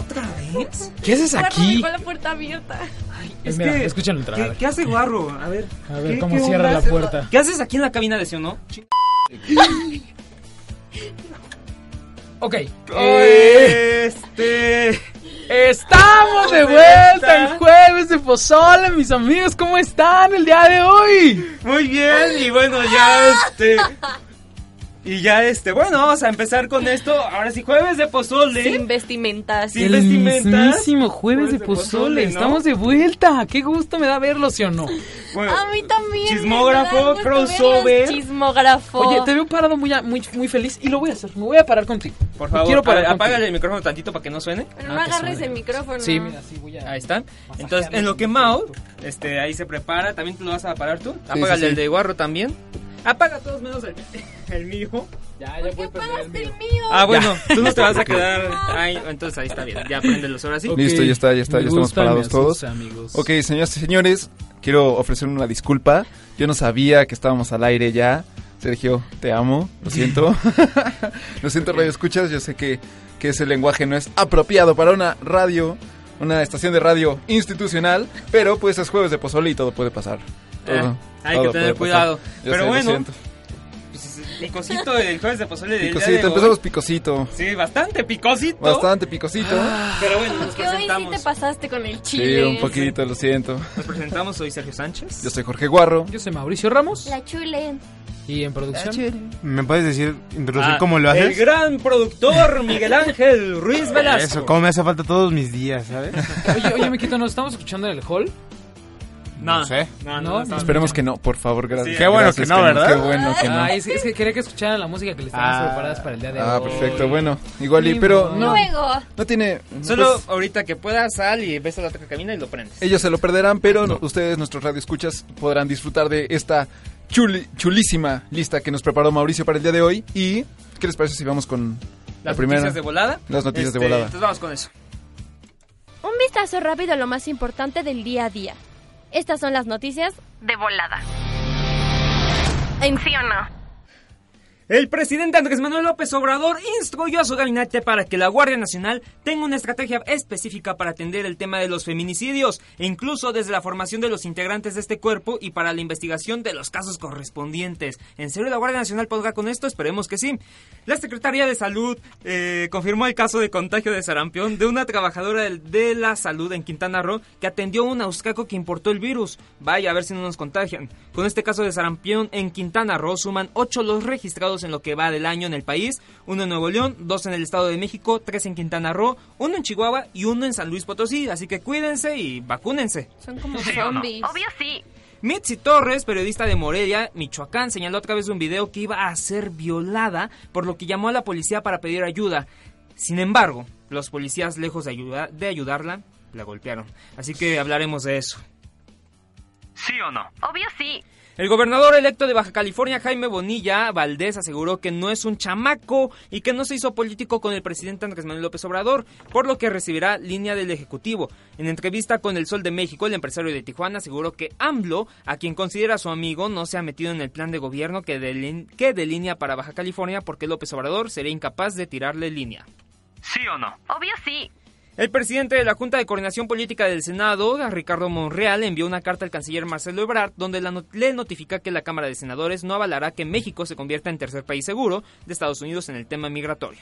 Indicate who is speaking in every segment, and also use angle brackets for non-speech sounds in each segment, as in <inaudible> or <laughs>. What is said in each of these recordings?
Speaker 1: ¿Otra vez?
Speaker 2: ¿Qué haces aquí?
Speaker 3: la puerta abierta.
Speaker 1: Es
Speaker 2: Mira,
Speaker 1: que-
Speaker 2: escuchen entrar.
Speaker 1: ¿Qué, qué hace Guarro? A ver.
Speaker 2: A ver
Speaker 1: ¿qué-
Speaker 2: cómo
Speaker 1: qué
Speaker 2: cierra
Speaker 1: onda?
Speaker 2: la puerta.
Speaker 1: ¿Qué haces aquí en la cabina de sí o <laughs> no? Ch-
Speaker 2: Ok.
Speaker 1: eh, Este.
Speaker 2: Estamos de vuelta en jueves de Pozole, mis amigos. ¿Cómo están el día de hoy?
Speaker 1: Muy bien, y bueno, ya este. Y ya este. Bueno, vamos a empezar con esto. Ahora sí, jueves de pozole.
Speaker 4: Sin vestimentas.
Speaker 1: Sí. Sin
Speaker 2: el
Speaker 1: vestimentas.
Speaker 2: mismísimo jueves de Pozole.
Speaker 1: ¿no?
Speaker 2: Estamos de vuelta. Qué gusto me da verlo, ¿sí o no?
Speaker 1: Bueno,
Speaker 4: A mí también.
Speaker 1: Chismógrafo,
Speaker 4: me da gusto
Speaker 1: crossover.
Speaker 4: verlos, Chismógrafo.
Speaker 2: Oye, te veo parado muy, a- muy, muy feliz y lo voy a hacer. Me voy a parar contigo.
Speaker 1: por
Speaker 2: Me
Speaker 1: favor,
Speaker 2: quiero parar
Speaker 1: a-
Speaker 2: contigo.
Speaker 1: apágale el micrófono tantito para que no suene.
Speaker 4: Pero
Speaker 2: Ah,
Speaker 4: no
Speaker 2: que
Speaker 4: agarres
Speaker 2: suena.
Speaker 4: el micrófono.
Speaker 1: Sí,
Speaker 2: Mira, sí, voy a-
Speaker 1: Ahí están. Entonces, en lo que Mao, este, ahí se prepara, también te lo vas a parar tú. Apágale el de Guarro también. Apaga todos menos el, <laughs> el mío.
Speaker 2: Ya, ya voy a perder el mío.
Speaker 1: Ah, bueno,
Speaker 2: <laughs>
Speaker 1: tú no te vas a quedar. Ahí, entonces ahí está bien. Ya préndelos ahora sí.
Speaker 2: Ok,
Speaker 5: Listo, ya está, ya está,
Speaker 2: me
Speaker 5: ya estamos
Speaker 2: gustan
Speaker 5: parados
Speaker 2: mis
Speaker 5: todos.
Speaker 2: amigos.
Speaker 5: Ok, señoras y señores, quiero ofrecer una disculpa. Yo no sabía que estábamos al aire ya. Sergio, te amo, lo
Speaker 1: <laughs>
Speaker 5: siento. lo siento, Radio Escuchas. Yo sé que, que ese lenguaje no es apropiado para una radio, una estación de radio institucional, pero pues es jueves de pozole y todo puede pasar.
Speaker 1: Eh,
Speaker 5: Todo-
Speaker 1: hay
Speaker 5: todo
Speaker 1: que
Speaker 5: puede
Speaker 1: tener
Speaker 5: pasar.
Speaker 1: cuidado.
Speaker 5: Yo
Speaker 1: Pero
Speaker 5: sé, lo
Speaker 1: bueno,
Speaker 5: siento.
Speaker 1: pues, picosito del jueves de pozole del día de
Speaker 5: Picosito,
Speaker 1: hoy.
Speaker 5: empezamos picosito.
Speaker 1: Sí, Ah, bastante picosito.
Speaker 5: Bastante picosito.
Speaker 1: Pero bueno, nos
Speaker 4: Que hoy sí te
Speaker 1: presentamos.
Speaker 4: pasaste con el chile.
Speaker 5: Sí, un poquito, lo siento.
Speaker 1: Nos presentamos, soy Sergio Sánchez.
Speaker 5: Yo soy Jorge Guarro.
Speaker 2: Yo soy Mauricio Ramos
Speaker 4: La chule.
Speaker 2: y en producción
Speaker 6: ¿Me puedes decir, introducir
Speaker 1: Ah,
Speaker 6: cómo lo
Speaker 1: El
Speaker 6: haces?
Speaker 1: gran productor Miguel Ángel
Speaker 5: Eh,
Speaker 1: Ruiz Velasco.
Speaker 6: Eso, cómo me hace falta todos mis días, ¿sabes?
Speaker 2: Oye, oye, Miquito, ¿nos estamos escuchando en el hall?
Speaker 1: No,
Speaker 6: No sé.
Speaker 1: No,
Speaker 2: No,
Speaker 1: no, no.
Speaker 5: Esperemos que no, por favor, gracias.
Speaker 1: Sí. Qué bueno
Speaker 5: Gracias
Speaker 6: que no, ¿verdad?
Speaker 5: Qué bueno que no.
Speaker 2: Ah, es, es que quería que escucharan la música que les tenemos
Speaker 6: Ah.
Speaker 2: preparadas para el día de hoy.
Speaker 5: Ah, perfecto, bueno, igual y, pero no,
Speaker 4: Luego.
Speaker 5: no tiene...
Speaker 1: Solo
Speaker 5: pues,
Speaker 1: ahorita que puedas sal y ves a la otra cabina y lo prendes.
Speaker 5: ellos se lo perderán, pero no- ustedes, nuestros radioescuchas, podrán disfrutar de esta chuli- chulísima lista que nos preparó Mauricio para el día de hoy. ¿Y qué les parece si vamos con la
Speaker 1: Las
Speaker 5: primera?
Speaker 1: noticias de volada.
Speaker 5: Las noticias de
Speaker 1: Este,
Speaker 5: volada.
Speaker 1: Entonces vamos con eso.
Speaker 7: Un vistazo rápido a lo más importante del día a día. Estas son las noticias.
Speaker 8: De volada. ¿Sí o no?
Speaker 1: El presidente Andrés Manuel López Obrador instruyó a su gabinete para que la Guardia Nacional tenga una estrategia específica para atender el tema de los feminicidios, e incluso desde la formación de los integrantes de este cuerpo y para la investigación de los casos correspondientes. ¿En serio la Guardia Nacional podrá con esto? Esperemos que sí. La Secretaría de Salud eh, confirmó el caso de contagio de sarampión de una trabajadora del- de la salud en Quintana Roo que atendió un auscaco que importó el virus. Vaya, a ver si no nos contagian. Con este caso de sarampión en Quintana Roo suman 8 los registrados en lo que va del año en el país, uno en Nuevo León, dos en el Estado de México, tres en Quintana Roo, uno en Chihuahua y uno en San Luis Potosí, así que cuídense y vacúnense.
Speaker 4: Son como zombies.
Speaker 8: Obvio sí.
Speaker 1: Mitzi Torres, periodista de Morelia, Michoacán, señaló a través de un video que iba a ser violada, por lo que llamó a la policía para pedir ayuda. Sin embargo, los policías, lejos de, ayuda- de ayudarla, la golpearon. Así que hablaremos de eso. ¿Sí o no?
Speaker 8: Obvio sí.
Speaker 1: El gobernador electo de Baja California, Jaime Bonilla Valdés, aseguró que no es un chamaco y que no se hizo político con el presidente Andrés Manuel López Obrador, por lo que recibirá línea del Ejecutivo. En entrevista con El Sol de México, el empresario de Tijuana aseguró que AMLO, a quien considera su amigo, no se ha metido en el plan de gobierno que, delin- que delinea para Baja California porque López Obrador sería incapaz de tirarle línea. ¿Sí o no?
Speaker 8: Obvio sí.
Speaker 1: El presidente de la Junta de Coordinación Política del Senado, Ricardo Monreal, envió una carta al canciller Marcelo Ebrard donde la not- le notifica que la Cámara de Senadores no avalará que México se convierta en tercer país seguro de Estados Unidos en el tema migratorio.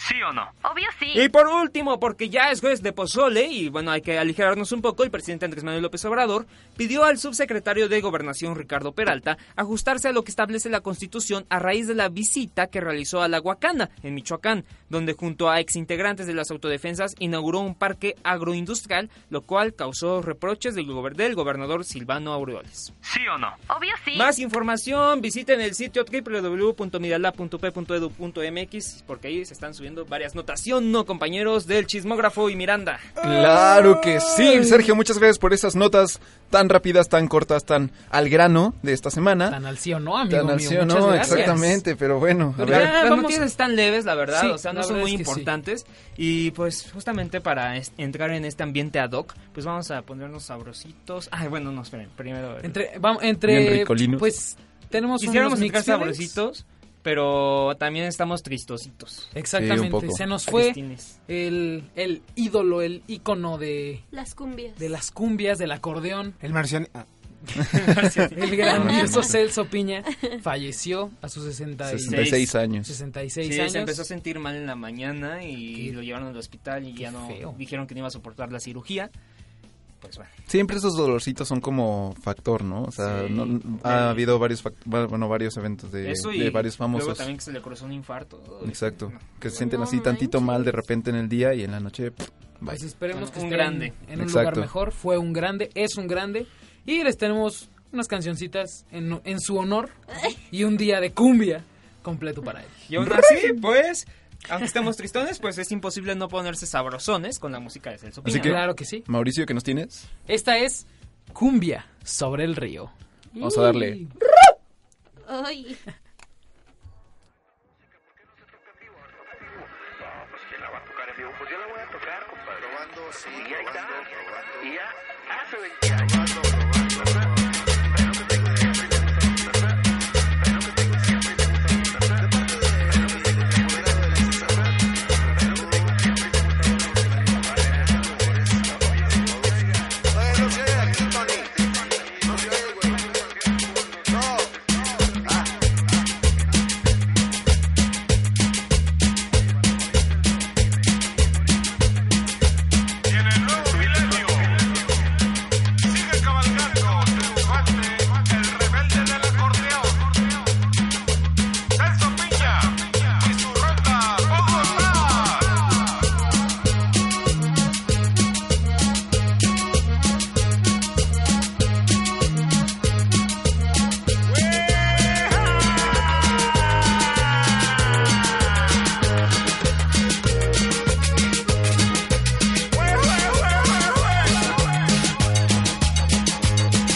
Speaker 1: ¿Sí o no?
Speaker 8: Obvio sí.
Speaker 1: Y por último, porque ya es jueves de pozole y bueno, hay que aligerarnos un poco, el presidente Andrés Manuel López Obrador pidió al subsecretario de Gobernación Ricardo Peralta ajustarse a lo que establece la Constitución a raíz de la visita que realizó a La Huacana, en Michoacán, donde junto a exintegrantes de las autodefensas inauguró un parque agroindustrial, lo cual causó reproches del, gober- del gobernador Silvano Aureoles. ¿Sí o no?
Speaker 8: Obvio sí.
Speaker 1: Más información, visiten el sitio www.midalab.p.edu.mx porque ahí se están subiendo viendo varias notas, ¿sí o no, compañeros del chismógrafo y Miranda?
Speaker 5: Claro que sí, Sergio, muchas gracias por esas notas tan rápidas, tan cortas, tan al grano de esta semana.
Speaker 2: Tan al sí o no, amigo
Speaker 5: Tan al
Speaker 2: mío,
Speaker 5: sí o
Speaker 2: muchas
Speaker 5: no,
Speaker 2: gracias.
Speaker 5: exactamente, pero bueno, a
Speaker 1: Pero
Speaker 5: ver.
Speaker 1: Pues ya, las
Speaker 2: vamos-
Speaker 1: noticias están leves, la verdad,
Speaker 2: Sí,
Speaker 1: o sea, no
Speaker 2: la
Speaker 1: son
Speaker 2: verdad
Speaker 1: muy
Speaker 2: es que sí.
Speaker 1: importantes. Y pues justamente para es- entrar en este ambiente ad hoc, pues vamos a ponernos sabrositos. Ay, bueno, no, esperen, primero...
Speaker 2: Entre, vamos,
Speaker 5: Bien
Speaker 2: entre,
Speaker 5: ricolinos.
Speaker 2: pues, tenemos
Speaker 1: Quisiéramos
Speaker 2: unos
Speaker 1: entrar
Speaker 2: mix feelings.
Speaker 1: sabrositos, pero también estamos tristositos.
Speaker 5: Sí, un
Speaker 2: Exactamente,
Speaker 5: poco.
Speaker 2: se nos fue
Speaker 1: Tristines.
Speaker 2: el, el ídolo, el ícono de,
Speaker 4: Las cumbias.
Speaker 2: de las cumbias, del acordeón,
Speaker 6: El marciano. ah,
Speaker 2: <laughs> el grandioso Celso Piña, falleció a sus 60 y-
Speaker 5: 66 años.
Speaker 2: 66
Speaker 1: Sí,
Speaker 2: años.
Speaker 1: se empezó a sentir mal en la mañana y
Speaker 2: Qué-
Speaker 1: lo llevaron al hospital y ya no
Speaker 2: feo.
Speaker 1: dijeron que no iba a soportar la cirugía. Pues bueno,
Speaker 5: Siempre esos dolorcitos son como factor, ¿no? O sea,
Speaker 1: Sí. Eh.
Speaker 5: no- ha habido varios fact- va- bueno, varios eventos de,
Speaker 1: eso y
Speaker 5: de varios
Speaker 1: luego
Speaker 5: famosos.
Speaker 1: también que se le cruzó un infarto.
Speaker 5: Exacto,
Speaker 1: No.
Speaker 5: que se sienten
Speaker 7: No
Speaker 5: así tantito
Speaker 7: manches.
Speaker 5: mal de repente en el día y en la noche pff, bye.
Speaker 2: Pues esperemos que
Speaker 1: Un
Speaker 2: esté
Speaker 1: grande.
Speaker 2: en, en un
Speaker 5: Exacto.
Speaker 2: lugar mejor. Fue un grande, es un grande. Y les tenemos unas cancioncitas en, en su honor y un día de cumbia completo para él.
Speaker 1: Y
Speaker 5: <laughs>
Speaker 1: aún así, pues, aunque estemos tristones, pues es imposible no ponerse sabrosones con la música de Celso
Speaker 5: Así
Speaker 1: Piña.
Speaker 5: que-
Speaker 2: Claro que sí.
Speaker 5: Mauricio, ¿qué nos tienes?
Speaker 2: Esta es Cumbia sobre el río.
Speaker 5: Vamos a darle.
Speaker 4: Ay.
Speaker 9: <laughs>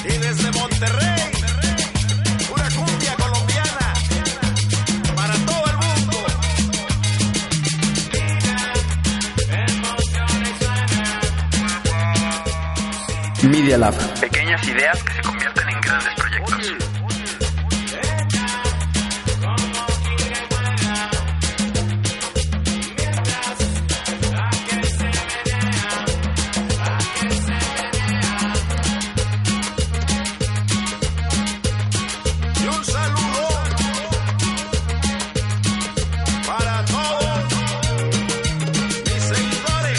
Speaker 9: Y desde Monterrey, una cumbia colombiana para todo el mundo.
Speaker 5: Media Lab.
Speaker 9: Pequeñas ideas que se convierten en grandes proyectos. Y un saludo para todos mis seguidores.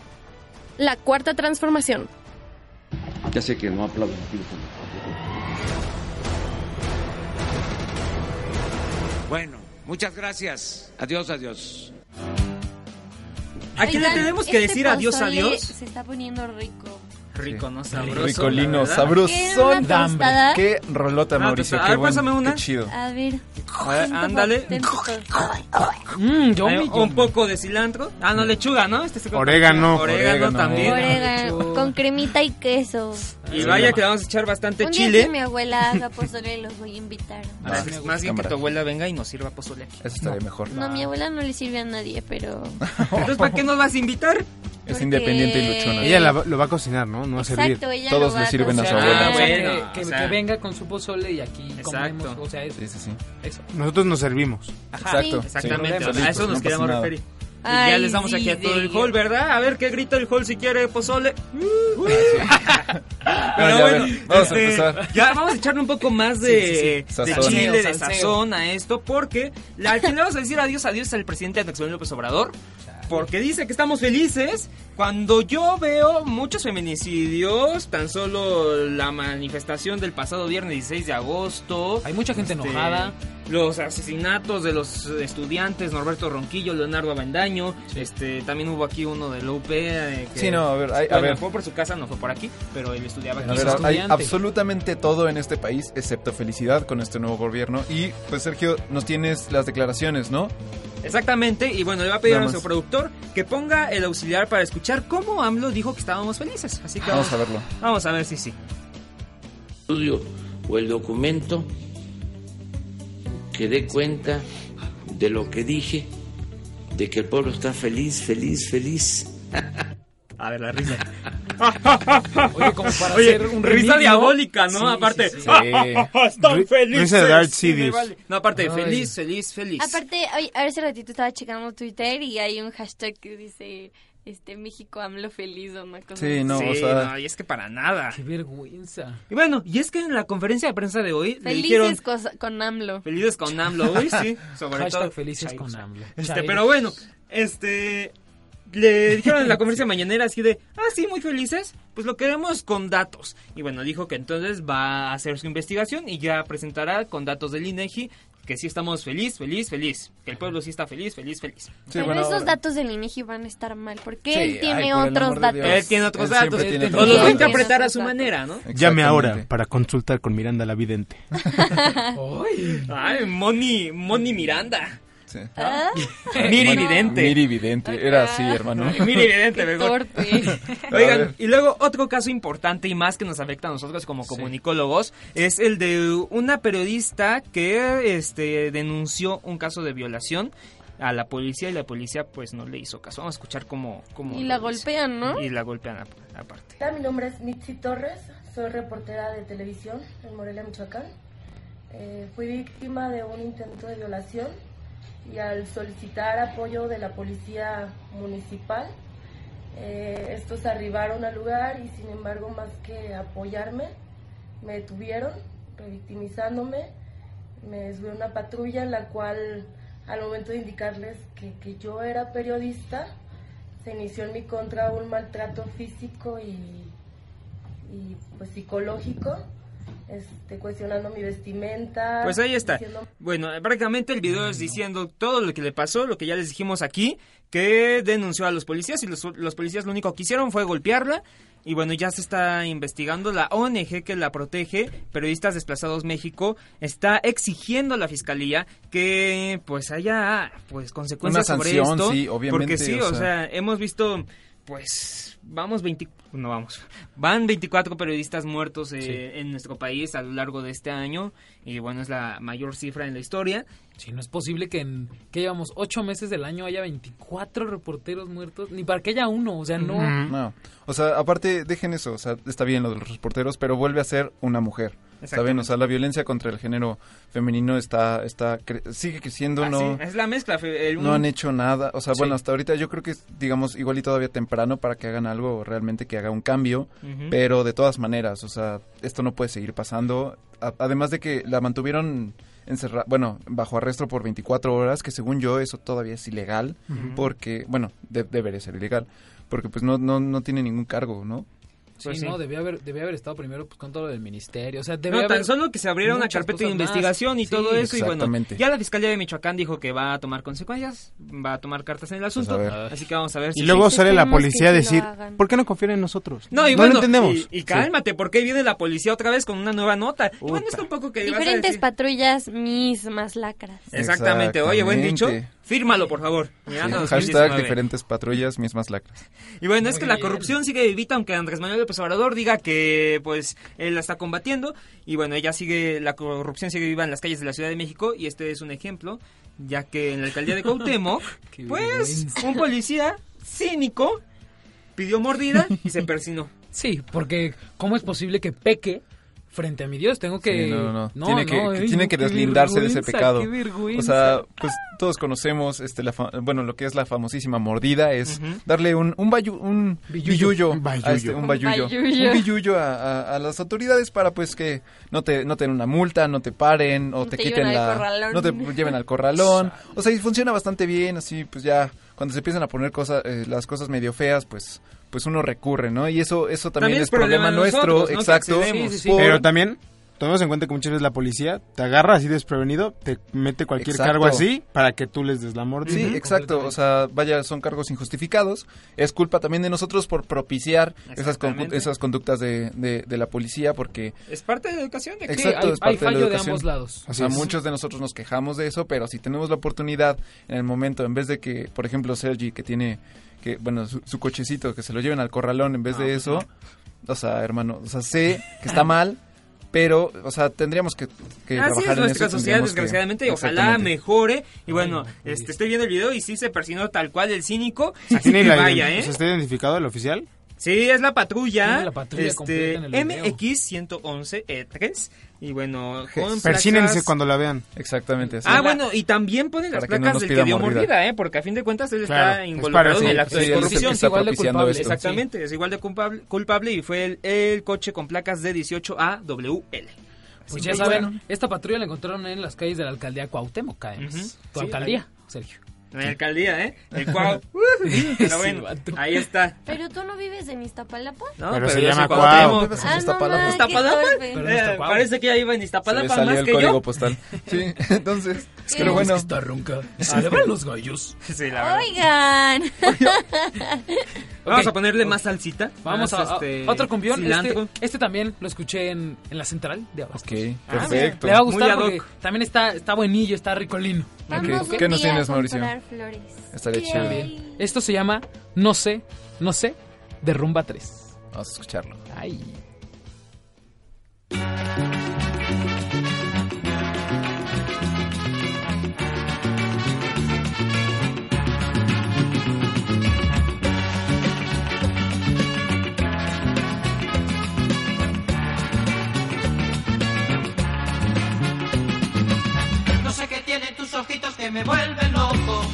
Speaker 7: la cuarta transformación.
Speaker 10: Ya sé que no aplaudo.
Speaker 11: Bueno, muchas gracias. Adiós, adiós.
Speaker 1: ¿A quién le tenemos que decir adiós, adiós?
Speaker 4: este Se está poniendo rico.
Speaker 1: Rico, ¿no? Sabroso.
Speaker 5: Ricolino, sabrosón.
Speaker 4: ¿Quieren una tostada?
Speaker 5: Qué rolota,
Speaker 1: Una
Speaker 5: Mauricio.
Speaker 1: tostada. Ah, pues, A
Speaker 5: Qué
Speaker 1: ver,
Speaker 5: buen,
Speaker 1: pásame una.
Speaker 5: qué chido.
Speaker 4: A ver.
Speaker 1: A ver, ándale.
Speaker 4: Ten tu tostada.
Speaker 1: Eh,
Speaker 4: yummy,
Speaker 1: un poco de cilantro. Ah, no, lechuga, ¿no? Este se-
Speaker 6: Orégano.
Speaker 1: Orégano
Speaker 6: Orégano.
Speaker 1: también.
Speaker 4: Orégano, con cremita y queso.
Speaker 1: Y vaya que le vamos a echar bastante
Speaker 4: Un día
Speaker 1: chile.
Speaker 4: que mi abuela haga pozole los voy
Speaker 5: <laughs>
Speaker 4: a invitar.
Speaker 1: Ah, es más bien que tu abuela venga y nos sirva pozole. Eso
Speaker 5: estaría mejor.
Speaker 4: No, mi abuela no le sirve a nadie, pero...
Speaker 1: Entonces, ¿para qué nos vas a invitar?
Speaker 4: Porque- independiente y luchona.
Speaker 6: Ella la va- lo va a cocinar, ¿no? No va a
Speaker 4: Exacto,
Speaker 6: servir.
Speaker 4: ella Todos lo va le a sirven a su cocinar. abuela.
Speaker 2: O sea, que-
Speaker 1: Ah, bueno,
Speaker 2: que,
Speaker 1: o sea.
Speaker 2: que venga con su pozole y aquí comemos. O sea, eso. Eso.
Speaker 6: Nosotros nos servimos.
Speaker 1: Exacto, Sí.
Speaker 6: Sin
Speaker 1: exactamente, a
Speaker 6: problemas.
Speaker 1: eso nos
Speaker 6: pasa
Speaker 1: queremos
Speaker 6: nada.
Speaker 1: referir. Y ya
Speaker 4: Ay,
Speaker 1: les damos
Speaker 4: sí,
Speaker 1: aquí a todo el
Speaker 4: bello.
Speaker 1: hall, ¿verdad? A ver qué grita el hall si quiere pozole. Pero
Speaker 5: Ah, ya,
Speaker 1: bueno,
Speaker 5: a ver, vamos a
Speaker 1: este,
Speaker 5: empezar.
Speaker 1: ya vamos a echarle un poco más de,
Speaker 5: Sí, sí, sí.
Speaker 1: de
Speaker 5: Sazón.
Speaker 1: chile, de
Speaker 5: Salseo.
Speaker 1: sazón a esto, porque la, al final vamos a decir adiós, adiós al presidente Andrés Manuel López Obrador, porque dice que estamos felices. Cuando yo veo muchos feminicidios, tan solo la manifestación del pasado viernes 16 de agosto. Hay mucha gente
Speaker 2: enojada.
Speaker 1: Los asesinatos de los estudiantes Norberto Ronquillo, Leonardo Avendaño. Este, también hubo aquí uno de la UP. eh, que-
Speaker 5: Sí, no, a ver, hay- a
Speaker 1: Bueno,
Speaker 5: ver.
Speaker 1: fue por su casa, no fue por aquí, pero él estudiaba aquí.
Speaker 5: A ver, hay absolutamente todo en este país, excepto felicidad con este nuevo gobierno. Y pues Sergio, nos tienes las declaraciones, ¿no?
Speaker 1: Exactamente, y bueno, le va a pedir a
Speaker 5: Nada
Speaker 1: nuestro
Speaker 5: más.
Speaker 1: productor que ponga el auxiliar para escuchar cómo AMLO dijo que estábamos felices. Así que
Speaker 5: Vamos
Speaker 1: vamos,
Speaker 5: a verlo.
Speaker 1: vamos a ver si sí.
Speaker 12: estudio o el documento que dé cuenta de lo que dije, de que el pueblo está feliz, feliz, feliz.
Speaker 6: <laughs>
Speaker 1: A ver,
Speaker 5: <laughs>
Speaker 1: la risa.
Speaker 2: Oye, como para
Speaker 1: <laughs> Oye,
Speaker 2: hacer un
Speaker 1: risa
Speaker 2: remix,
Speaker 1: diabólica, ¿no? aparte, <laughs> ¡Ah,
Speaker 2: sí, sí.
Speaker 1: están
Speaker 6: Ri-
Speaker 1: felices.
Speaker 6: risa de Darth
Speaker 1: sí me
Speaker 6: Sidious.
Speaker 1: vale. No, aparte,
Speaker 6: Ay.
Speaker 1: feliz, feliz, feliz.
Speaker 4: Aparte, hoy, a ese ratito estaba checando Twitter y hay un hashtag que dice este México AMLO feliz o una cosa así.
Speaker 5: no,
Speaker 1: Sí,
Speaker 5: o sea-
Speaker 1: no, y es que para nada.
Speaker 2: Qué vergüenza.
Speaker 1: Y bueno, y es que en la conferencia de prensa de hoy le
Speaker 4: Felices
Speaker 1: dijeron
Speaker 4: cosa- con AMLO.
Speaker 1: felices con AMLO, uy, sí, sobre
Speaker 2: Hashtag
Speaker 1: todo.
Speaker 2: felices
Speaker 1: Chairos.
Speaker 2: con AMLO.
Speaker 1: Este,
Speaker 2: Chairos.
Speaker 1: pero bueno, este le dijeron en la conferencia mañanera así de, ah, sí, muy felices, pues lo queremos con datos. Y bueno, dijo que entonces va a hacer su investigación y ya presentará con datos del INEGI que sí estamos feliz, feliz, feliz, que el pueblo sí está feliz, feliz, feliz.
Speaker 4: pero esos datos del INEGI van a estar mal porque
Speaker 1: Sí,
Speaker 4: él
Speaker 1: ay,
Speaker 4: tiene
Speaker 1: por el
Speaker 4: otros
Speaker 1: amor de
Speaker 4: datos.
Speaker 1: Dios. Él tiene otros
Speaker 6: Él siempre
Speaker 1: datos.
Speaker 6: tiene
Speaker 1: o
Speaker 6: otros
Speaker 1: los va a
Speaker 6: datos.
Speaker 1: interpretar a su
Speaker 4: Tiene otros
Speaker 1: manera, ¿no?
Speaker 6: Llame ahora para consultar con Miranda la vidente.
Speaker 1: Ay, Moni, Moni Miranda.
Speaker 5: Sí.
Speaker 1: <laughs>
Speaker 4: ¿Ah?
Speaker 1: Miri Vidente.
Speaker 5: Miri Vidente, era así, hermano.
Speaker 4: <laughs>
Speaker 1: Mira, evidente,
Speaker 5: Qué
Speaker 1: mejor.
Speaker 5: torpe. A
Speaker 1: <laughs> Oigan,
Speaker 5: ver.
Speaker 1: y luego otro caso importante y más que nos afecta a nosotros como comunicólogos es el de una periodista que este denunció un caso de violación a la policía y la policía pues no le hizo caso. Vamos a escuchar cómo... cómo
Speaker 4: Y la
Speaker 1: lo hizo.
Speaker 4: golpean, ¿no?
Speaker 1: Y la golpean ap- aparte.
Speaker 13: Hola, mi nombre es Nitsi Torres, soy reportera de televisión en Morelia, Michoacán. Eh, fui víctima de un intento de violación y al solicitar apoyo de la policía municipal, eh, estos arribaron al lugar y sin embargo más que apoyarme, me detuvieron, revictimizándome, me subió una patrulla en la cual al momento de indicarles que, que yo era periodista, se inició en mi contra un maltrato físico y, y, pues psicológico, este, cuestionando mi vestimenta.
Speaker 1: Pues ahí está.
Speaker 13: diciendo-
Speaker 1: Bueno, eh, prácticamente el video es diciendo todo lo que le pasó, lo que ya les dijimos aquí, que denunció a los policías y los, los policías lo único que hicieron fue golpearla. Y bueno, ya se está investigando la ONG que la protege, Periodistas Desplazados México, está exigiendo a la fiscalía que pues haya pues consecuencias
Speaker 5: Una
Speaker 1: sobre
Speaker 5: sanción,
Speaker 1: esto,
Speaker 5: sí, obviamente,
Speaker 1: porque sí,
Speaker 5: o
Speaker 1: o
Speaker 5: sea.
Speaker 1: sea, hemos visto Pues vamos 20, no vamos. Van 24 periodistas muertos eh,
Speaker 2: Sí.
Speaker 1: en nuestro país a lo largo de este año y bueno, es la mayor cifra en la historia.
Speaker 2: Sí, no es posible que en que llevamos ocho meses del año haya 24 reporteros muertos, ni para que haya uno, o sea, no.
Speaker 5: No. O sea, aparte, dejen eso. O sea, está bien lo de los reporteros, pero vuelve a ser una mujer. Está bien, o sea, la violencia contra el género femenino está, está cre- sigue creciendo,
Speaker 1: Ah,
Speaker 5: no,
Speaker 1: sí, es la mezcla. fe- el-
Speaker 5: no han hecho nada. O sea,
Speaker 1: Sí.
Speaker 5: bueno, hasta ahorita yo creo que, es, digamos, igual y todavía temprano para que hagan algo realmente que haga un cambio.
Speaker 1: Ujú.
Speaker 5: Pero de todas maneras, o sea, esto no puede seguir pasando. A- además de que la mantuvieron encerrada, bueno, bajo arresto por 24 horas, que según yo eso todavía es ilegal.
Speaker 2: Ujú.
Speaker 5: Porque, bueno, de- debería ser ilegal. Porque pues no, no, no tiene ningún cargo, ¿no?
Speaker 2: Sí,
Speaker 1: Pues sí.
Speaker 2: no, debía haber, debía haber estado primero pues, con todo lo del ministerio. O sea,
Speaker 1: No,
Speaker 2: debía
Speaker 1: tan
Speaker 2: haber
Speaker 1: solo que se abriera una
Speaker 2: muchas
Speaker 1: carpeta de
Speaker 2: cosas más.
Speaker 1: investigación y
Speaker 2: Sí,
Speaker 1: todo eso. Y bueno,
Speaker 5: exactamente.
Speaker 1: ya la Fiscalía de Michoacán dijo que va a tomar consecuencias, va a tomar cartas en el asunto.
Speaker 5: ver.
Speaker 1: así que vamos a ver
Speaker 6: Pues Y
Speaker 1: si-
Speaker 6: luego
Speaker 1: sí.
Speaker 6: sale la policía a decir, ¿por qué no confían en nosotros?
Speaker 1: No, y
Speaker 6: lo
Speaker 1: bueno,
Speaker 6: entendemos.
Speaker 1: Y, y
Speaker 6: Sí.
Speaker 1: cálmate, porque viene la policía otra vez con una nueva nota. Y bueno, es un poco que... vas a
Speaker 4: Diferentes patrullas mismas lacras.
Speaker 1: Exactamente. Oye, buen dicho.
Speaker 5: Exactamente.
Speaker 1: Fírmalo, por favor. Ya
Speaker 5: Sí,
Speaker 1: nos
Speaker 5: hashtag
Speaker 1: 2019.
Speaker 5: diferentes patrullas, mismas lacras.
Speaker 1: Y bueno, es que la corrupción sigue vivita, aunque Andrés Manuel López Obrador diga que pues él la está combatiendo. Y bueno, ella sigue, la corrupción sigue viva en las calles de la Ciudad de México. Y este es un ejemplo, ya que en la alcaldía
Speaker 5: <laughs>
Speaker 1: de Cuauhtémoc,
Speaker 2: Qué
Speaker 1: pues
Speaker 2: vergüenza.
Speaker 1: un policía cínico pidió mordida
Speaker 2: <laughs>
Speaker 1: y se persinó.
Speaker 2: Sí, porque ¿cómo es posible que peque frente a mi Dios? Tengo que...
Speaker 5: Sí, no, no, no. tiene que, que-
Speaker 2: ay,
Speaker 5: tiene
Speaker 2: no,
Speaker 5: que
Speaker 2: qué
Speaker 5: deslindarse de ese
Speaker 2: vergüenza,
Speaker 5: pecado.
Speaker 2: qué vergüenza.
Speaker 5: O sea, pues todos conocemos este la fa- bueno, lo que es la famosísima mordida es darle un un bayu- un billullo, a este- un
Speaker 6: Un
Speaker 5: bayullo,
Speaker 6: bayullo.
Speaker 5: un billullo a, a- a las autoridades para pues que no te no te den una multa, no te paren o te,
Speaker 4: te
Speaker 5: quiten
Speaker 4: lleven al
Speaker 5: la
Speaker 4: corralón.
Speaker 5: no te lleven al corralón. O sea, y funciona bastante bien, así pues ya cuando se empiezan a poner cosas eh, las cosas medio feas, pues pues uno recurre, ¿no? Y eso eso también, es problema,
Speaker 1: de
Speaker 5: nuestro,
Speaker 1: nosotros, ¿no? Que
Speaker 5: exacto.
Speaker 1: accedemos. Sí, sí, sí.
Speaker 5: por-
Speaker 6: Pero también, tomemos en cuenta que muchas veces la policía te agarra así desprevenido, te mete cualquier
Speaker 5: Exacto.
Speaker 6: cargo así para que tú les des la mordida.
Speaker 5: Sí, exacto. O sea, vaya, son cargos injustificados. Es culpa también de nosotros por propiciar esas, concu-
Speaker 1: Exactamente.
Speaker 5: esas conductas de, de- de la policía porque...
Speaker 1: Es parte de la educación. De
Speaker 5: Exacto, es parte de, la educación. O sea,
Speaker 1: es.
Speaker 5: muchos de nosotros nos quejamos de eso, pero si tenemos la oportunidad en el momento, en vez de que, por ejemplo, Sergi, que tiene, que bueno, su, su cochecito, que se lo lleven al corralón, en vez
Speaker 1: Ah,
Speaker 5: de eso,
Speaker 1: pues
Speaker 5: o sea, hermano, o sea, sé que está mal, pero, o sea, tendríamos que, que
Speaker 1: Así
Speaker 5: trabajar
Speaker 1: es
Speaker 5: en
Speaker 1: nuestra
Speaker 5: eso,
Speaker 1: sociedad,
Speaker 5: tendríamos que-
Speaker 1: desgraciadamente, y ojalá
Speaker 5: Exactamente.
Speaker 1: mejore. Y bueno, este, estoy viendo el video y sí se persinó tal cual el cínico. Así
Speaker 6: ¿Tiene
Speaker 1: que
Speaker 6: la-
Speaker 1: vaya, ¿eh?
Speaker 6: o sea, ¿Está identificado el oficial?
Speaker 1: Sí, es la patrulla.
Speaker 6: Tiene la patrulla
Speaker 1: este,
Speaker 6: completa en el video.
Speaker 1: MX111E3. E Y bueno, con
Speaker 6: Persínense
Speaker 1: placas-
Speaker 6: cuando la vean.
Speaker 5: Exactamente.
Speaker 1: Ah, bueno, y también ponen las
Speaker 6: Para que no
Speaker 1: placas
Speaker 6: nos
Speaker 1: del
Speaker 6: pida
Speaker 1: que dio
Speaker 6: mordida.
Speaker 1: mordida, ¿eh? Porque a fin de cuentas él
Speaker 6: Claro,
Speaker 1: está
Speaker 6: es
Speaker 1: involucrado
Speaker 6: para-
Speaker 1: en el
Speaker 6: sí,
Speaker 1: acto
Speaker 6: sí,
Speaker 1: de
Speaker 6: él es el
Speaker 1: corrupción.
Speaker 6: que está Igual de propiciando culpable, esto.
Speaker 1: Exactamente, es igual de culpable, culpable y fue el, el coche con placas de 18AWL.
Speaker 2: Pues ya saben, esta patrulla la encontraron en las calles de la alcaldía Cuauhtémoc, además. Tu
Speaker 1: Sí,
Speaker 2: alcaldía, Sergio.
Speaker 1: La alcaldía, ¿eh? El <laughs> Cuau. Pero bueno, ahí está.
Speaker 4: Pero tú no vives en Iztapalapa.
Speaker 1: No,
Speaker 6: Pero se
Speaker 1: yo
Speaker 6: llama
Speaker 1: soy
Speaker 6: Cuau. No
Speaker 1: Cuauhtémoc.
Speaker 6: vives en
Speaker 4: Ah, no Iztapalapa. más, qué
Speaker 1: ¿Iztapalapa?
Speaker 4: torpe. Pero no
Speaker 1: Eh,
Speaker 4: está Cuau.
Speaker 1: parece que ya iba en
Speaker 5: Se le
Speaker 1: Iztapalapa
Speaker 5: salió
Speaker 1: más
Speaker 5: el
Speaker 1: que
Speaker 5: código
Speaker 1: yo.
Speaker 5: postal. Sí,
Speaker 1: <laughs>
Speaker 5: entonces,
Speaker 2: Sí.
Speaker 5: pero
Speaker 2: Es que
Speaker 5: bueno.
Speaker 2: está ronca. Se le van los gallos.
Speaker 1: Sí, la verdad.
Speaker 4: Oigan.
Speaker 1: Vamos a ponerle más salsita.
Speaker 2: Vamos
Speaker 1: más,
Speaker 2: a, a-
Speaker 1: este,
Speaker 2: otro cumbión.
Speaker 1: cilantro.
Speaker 2: Este, este también lo escuché en, en la central de Abastos.
Speaker 5: Ok,
Speaker 2: Ah,
Speaker 5: perfecto.
Speaker 2: Le va a
Speaker 5: Muy
Speaker 2: gustar
Speaker 5: ad hoc.
Speaker 2: porque también está, está buenillo, está ricolino.
Speaker 4: Vamos
Speaker 5: ¿Qué nos tienes,
Speaker 4: Mauricio?
Speaker 5: Mauricio?
Speaker 4: flores.
Speaker 5: Estaría
Speaker 4: Yay.
Speaker 5: chido.
Speaker 2: Bien. Esto se llama No sé, no sé, de Rumba 3.
Speaker 5: Vamos a escucharlo.
Speaker 2: Ay.
Speaker 14: No sé qué tienen tus ojitos que me vuelven loco,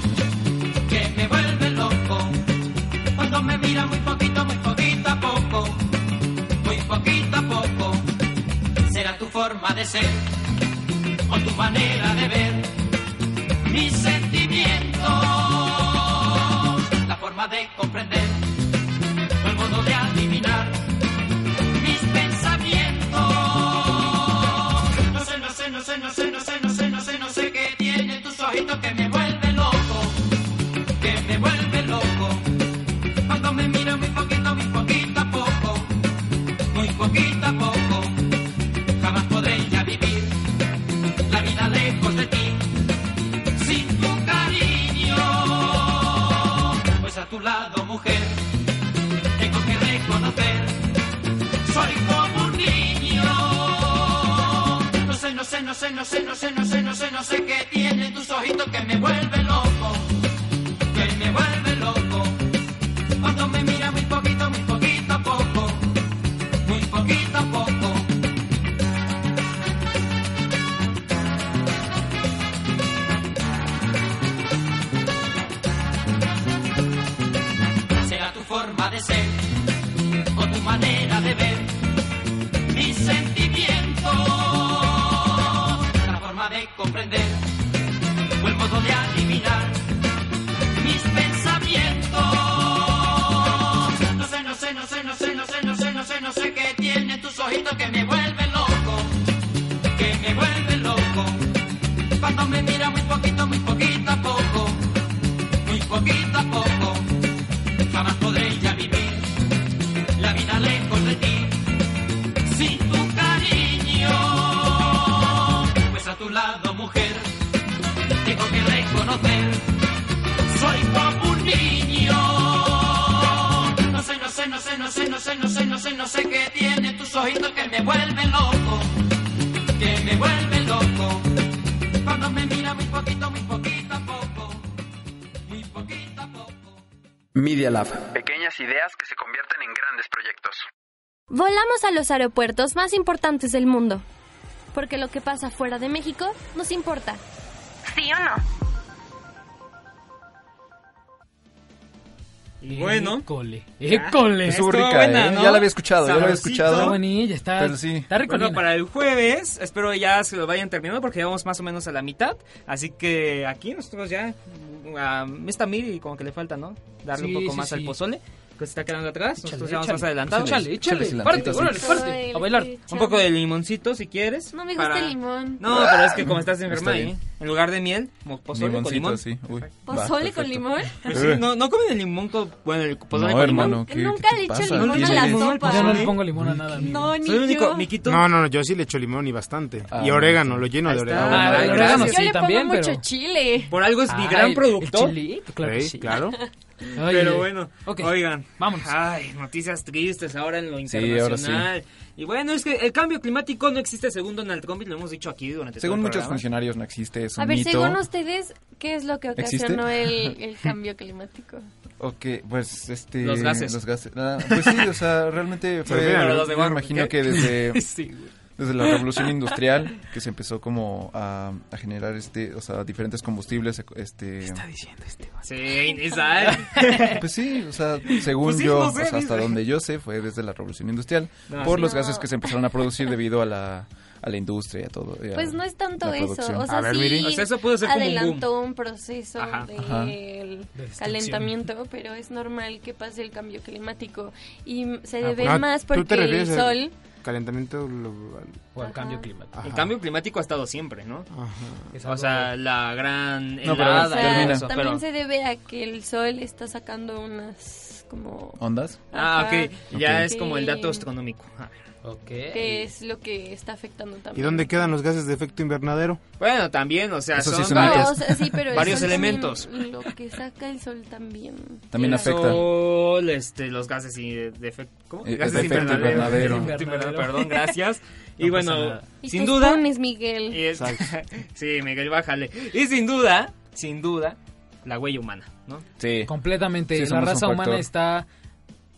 Speaker 14: que me vuelven loco. Cuando me miran muy poquito, muy poquito a poco, muy poquito a poco. Será tu forma de ser o tu manera de ver mis sentimientos, la forma de comprender o el modo de adivinar mis pensamientos. No sé, no sé, no sé, no sé, no sé, no sé, no sé, no sé qué tiene tus ojitos que me vuelve loco, que me vuelve loco. Cuando me mira muy poquito, muy poquito a poco, muy poquito a poco, jamás podré ya vivir la vida lejos de ti, sin tu cariño. Pues a tu lado, mujer, sé qué tienen tus ojitos que me vuelve loco, que me vuelve loco. Cuando me mira muy poquito, muy poquito a poco, muy poquito a poco. Será tu forma de ser o tu manera de ver mis sentimientos, la forma de comprender o el modo de adivinar mis pensamientos. No sé, no sé, no sé, no sé, no sé, no sé, no sé, no sé qué tienen tus ojitos que me vuelven loco, que me vuelven loco. Cuando me mira muy poquito, muy poquito a poco, muy poquito a poco, jamás podré ya vivir la vida lejos de ti sin tu cariño. Pues a tu lado, mujer, tengo que reconocer, soy como un niño. No sé, no sé, no sé, no sé, no sé, no sé, no sé, no sé qué tiene tus ojitos que me vuelven loco, que me vuelven loco. Cuando me mira muy poquito, muy poquito a poco, muy poquito a poco.
Speaker 9: Media Lab. Pequeñas ideas que se convierten en grandes proyectos.
Speaker 7: Volamos a los aeropuertos más importantes del mundo. Porque lo que pasa fuera de México nos importa.
Speaker 8: ¿Sí o no?
Speaker 1: Bueno.
Speaker 2: École. École.
Speaker 5: Estuvo rica, ¿eh? Ya la había escuchado, ya la había escuchado.
Speaker 2: Está bonilla, está,
Speaker 5: Pero sí.
Speaker 2: está ricolina.
Speaker 1: Bueno, para el jueves, espero ya se lo vayan terminando porque ya vamos más o menos a la mitad. Así que aquí nosotros ya mm, a Mr. Miri como que le falta, ¿no? Darle
Speaker 2: Sí,
Speaker 1: un poco
Speaker 2: sí,
Speaker 1: más
Speaker 2: sí.
Speaker 1: al pozole. Que se está quedando atrás,
Speaker 2: Échale,
Speaker 1: nosotros ya vamos más
Speaker 2: échale,
Speaker 1: adelantados.
Speaker 2: échale, échale,
Speaker 1: parte,
Speaker 2: parte,
Speaker 1: órale,
Speaker 2: órale, parte.
Speaker 1: parte.
Speaker 7: Ay,
Speaker 1: A bailar.
Speaker 7: échale.
Speaker 1: Un poco de limoncito si quieres.
Speaker 7: No me gusta
Speaker 1: para-
Speaker 7: el limón.
Speaker 1: No, pero es que como estás
Speaker 5: Está
Speaker 1: enferma,
Speaker 5: bien.
Speaker 1: ¿eh? En lugar de miel, mo- pozole con
Speaker 5: Limoncito,
Speaker 1: limón.
Speaker 5: sí. Uy,
Speaker 7: ¿Pozole con limón?
Speaker 1: Pues sí, no, no comen el limón con. Bueno, el pozole
Speaker 5: No,
Speaker 1: Pues con
Speaker 5: hermano,
Speaker 1: limón.
Speaker 5: ¿qué-
Speaker 7: Nunca le echo limón a la sopa.
Speaker 2: Yo no le pongo limón a nada. amigo.
Speaker 7: No, ni
Speaker 1: Soy el único,
Speaker 7: yo.
Speaker 1: Miquito.
Speaker 6: No, no, no, yo sí le echo limón y bastante.
Speaker 5: Ah,
Speaker 6: y orégano, lo lleno de orégano.
Speaker 1: Ah, bueno, el orégano
Speaker 7: Yo le pongo mucho chile.
Speaker 1: Por algo es mi
Speaker 2: Ay,
Speaker 1: gran
Speaker 2: el
Speaker 1: productor.
Speaker 2: chilito, claro que
Speaker 6: Sí,
Speaker 2: sí.
Speaker 6: claro.
Speaker 2: Ay,
Speaker 1: Pero
Speaker 2: ay,
Speaker 1: bueno,
Speaker 2: ok.
Speaker 1: oigan,
Speaker 2: Vámonos.
Speaker 1: Ay, noticias tristes ahora en lo
Speaker 5: Sí, ahora
Speaker 1: internacional. Y bueno, es que el cambio climático no existe según Donald Trump y lo hemos dicho aquí durante
Speaker 5: Según
Speaker 1: todo el
Speaker 5: muchos
Speaker 1: programa.
Speaker 5: funcionarios no existe, es un
Speaker 4: A ver,
Speaker 5: mito.
Speaker 4: según ustedes, ¿qué es lo que
Speaker 5: ¿Existe?
Speaker 4: ocasionó el,
Speaker 1: <laughs>
Speaker 4: el cambio climático?
Speaker 5: Ok, pues este...
Speaker 1: Los gases.
Speaker 5: Los gases. Ah, pues sí, o sea,
Speaker 1: <laughs>
Speaker 5: realmente fue...
Speaker 1: Pero mira, los de
Speaker 5: yo
Speaker 1: Warner,
Speaker 5: imagino
Speaker 1: ¿qué?
Speaker 5: que desde...
Speaker 1: <laughs> Sí, güey.
Speaker 5: Desde la revolución industrial, que se empezó como a, a generar este, o sea, diferentes combustibles, este...
Speaker 1: Sí, exacto.
Speaker 5: Pues sí, o sea, según
Speaker 1: Pues sí,
Speaker 5: yo,
Speaker 1: no sé,
Speaker 5: o sea, hasta
Speaker 1: dice.
Speaker 5: donde yo sé, fue desde la revolución industrial,
Speaker 1: No,
Speaker 5: por
Speaker 1: sí.
Speaker 5: los
Speaker 1: No.
Speaker 5: gases que se empezaron a producir debido a la, a la industria y a todo. y a
Speaker 4: Pues no es tanto
Speaker 5: la
Speaker 4: eso.
Speaker 5: producción.
Speaker 4: O sea, sí
Speaker 1: O sea, eso pudo ser como un boom.
Speaker 4: adelantó un, proceso
Speaker 1: Ajá.
Speaker 5: Ajá.
Speaker 4: del
Speaker 5: De destrucción.
Speaker 4: calentamiento, pero es normal que pase el cambio climático. Y m- se
Speaker 6: Ah,
Speaker 4: debe
Speaker 6: ah,
Speaker 4: más
Speaker 6: ¿tú te
Speaker 4: porque el
Speaker 6: refieres al
Speaker 4: sol...
Speaker 6: Calentamiento global.
Speaker 2: O al cambio climático.
Speaker 1: El cambio climático ha estado siempre, ¿no?
Speaker 2: Ajá.
Speaker 1: O sea, la gran
Speaker 5: No, pero
Speaker 1: helada,
Speaker 4: o sea,
Speaker 1: y eso,
Speaker 4: también
Speaker 1: pero-
Speaker 4: se debe a que el sol está sacando unas como...
Speaker 5: ¿Ondas?
Speaker 1: Ah,
Speaker 4: Ajá.
Speaker 1: ok. Ya
Speaker 4: Ok.
Speaker 1: es como el dato astronómico. Ah. A ver.
Speaker 4: Que es lo que está afectando también.
Speaker 6: ¿Y dónde quedan los gases de efecto invernadero?
Speaker 1: Bueno, también, o sea,
Speaker 6: Eso sí
Speaker 1: son
Speaker 6: es un
Speaker 1: varios,
Speaker 6: mito.
Speaker 4: No, o sea, sí, pero el
Speaker 1: varios
Speaker 4: sol también,
Speaker 1: elementos.
Speaker 4: lo que saca el sol también.
Speaker 5: También
Speaker 1: El
Speaker 5: afecta.
Speaker 1: sol, este, los gases y de, de efect- ¿cómo?
Speaker 5: Eh,
Speaker 1: Gases
Speaker 5: de efecto
Speaker 1: invernadero.
Speaker 5: invernadero.
Speaker 1: Efecto invernadero, Perdón,
Speaker 5: Invernadero. <laughs>
Speaker 4: <laughs>
Speaker 1: gracias. y
Speaker 5: No pasa
Speaker 1: bueno,
Speaker 5: nada.
Speaker 4: Y
Speaker 1: sin
Speaker 4: te
Speaker 1: duda.
Speaker 4: expones, Miguel.
Speaker 1: y es- <laughs> sí, Miguel, bájale. Y sin duda, sin duda, la huella humana, ¿no?
Speaker 5: Sí.
Speaker 2: Completamente.
Speaker 5: Sí,
Speaker 2: la
Speaker 5: somos un
Speaker 2: raza humana
Speaker 5: factor.
Speaker 2: está,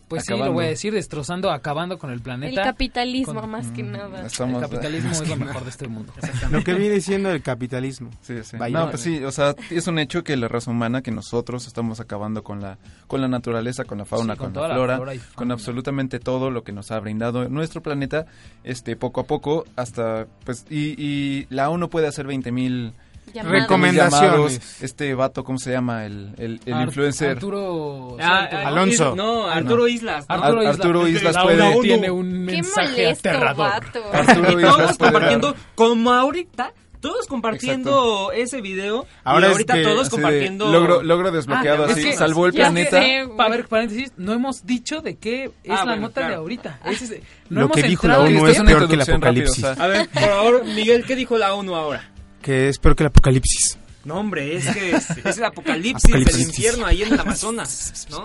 Speaker 2: pues sí,
Speaker 5: Acabando.
Speaker 2: lo voy a decir, destrozando, acabando con el
Speaker 4: El
Speaker 2: planeta.
Speaker 4: capitalismo
Speaker 2: con-
Speaker 4: más que nada.
Speaker 5: Mm, Estamos-
Speaker 2: el capitalismo
Speaker 5: más <laughs>
Speaker 2: es
Speaker 5: que
Speaker 2: lo
Speaker 5: nada.
Speaker 2: mejor de este mundo.
Speaker 6: Lo que viene siendo el capitalismo.
Speaker 5: Sí, sí.
Speaker 6: Vaya.
Speaker 5: No, pues sí, o sea, es un hecho que la raza humana, que nosotros estamos acabando con la, con la naturaleza, con la fauna,
Speaker 2: Sí, con
Speaker 5: con,
Speaker 2: toda
Speaker 5: la
Speaker 2: la
Speaker 5: flora,
Speaker 2: flora y
Speaker 5: con absolutamente todo lo que nos ha brindado nuestro planeta, este, poco a poco, hasta, pues, y, y la ONU puede hacer 20 mil
Speaker 6: Llamadas. Recomendaciones.
Speaker 5: Este vato, ¿cómo se llama? El, el, el
Speaker 2: Ar-
Speaker 5: influencer.
Speaker 2: Arturo.
Speaker 1: Ah, ah, Alonso. no, Arturo Islas, ¿no?
Speaker 5: Ar- Arturo Islas
Speaker 1: Islas. La
Speaker 5: puede.
Speaker 1: ONU.
Speaker 2: Tiene un
Speaker 4: Qué
Speaker 2: mensaje
Speaker 4: molesto,
Speaker 2: aterrador.
Speaker 4: vato.
Speaker 5: Ah, Arturo
Speaker 1: Y todos
Speaker 5: Islas puede
Speaker 1: compartiendo, como ahorita, todos compartiendo ese video.
Speaker 5: Ahora
Speaker 1: y
Speaker 5: es
Speaker 1: ahorita
Speaker 5: de- así
Speaker 1: todos
Speaker 5: de
Speaker 1: compartiendo.
Speaker 5: logro- logro
Speaker 2: Ah,
Speaker 5: desbloqueado,
Speaker 1: es
Speaker 5: así,
Speaker 1: que-
Speaker 5: salvó el
Speaker 1: ya
Speaker 5: planeta.
Speaker 1: sé, güey.
Speaker 2: A ver, paréntesis, no hemos dicho de qué es
Speaker 1: Ah,
Speaker 2: la
Speaker 1: bueno,
Speaker 2: nota de
Speaker 1: claro. Ah.
Speaker 2: ahorita. Ese es- eh, no
Speaker 6: Lo
Speaker 2: hemos
Speaker 6: que dijo la
Speaker 2: entrado-
Speaker 6: ONU
Speaker 2: Esto
Speaker 6: es
Speaker 2: una
Speaker 6: peor que el
Speaker 2: introducción rápida,
Speaker 6: apocalipsis.
Speaker 2: o sea.
Speaker 1: A ver, por favor, Miguel, ¿qué dijo la ONU ahora?
Speaker 6: Que es peor que el apocalipsis.
Speaker 1: No, hombre, <laughs> es que es, es el apocalipsis, del
Speaker 6: Apocalipsis.
Speaker 1: infierno ahí en el Amazonas, ¿no?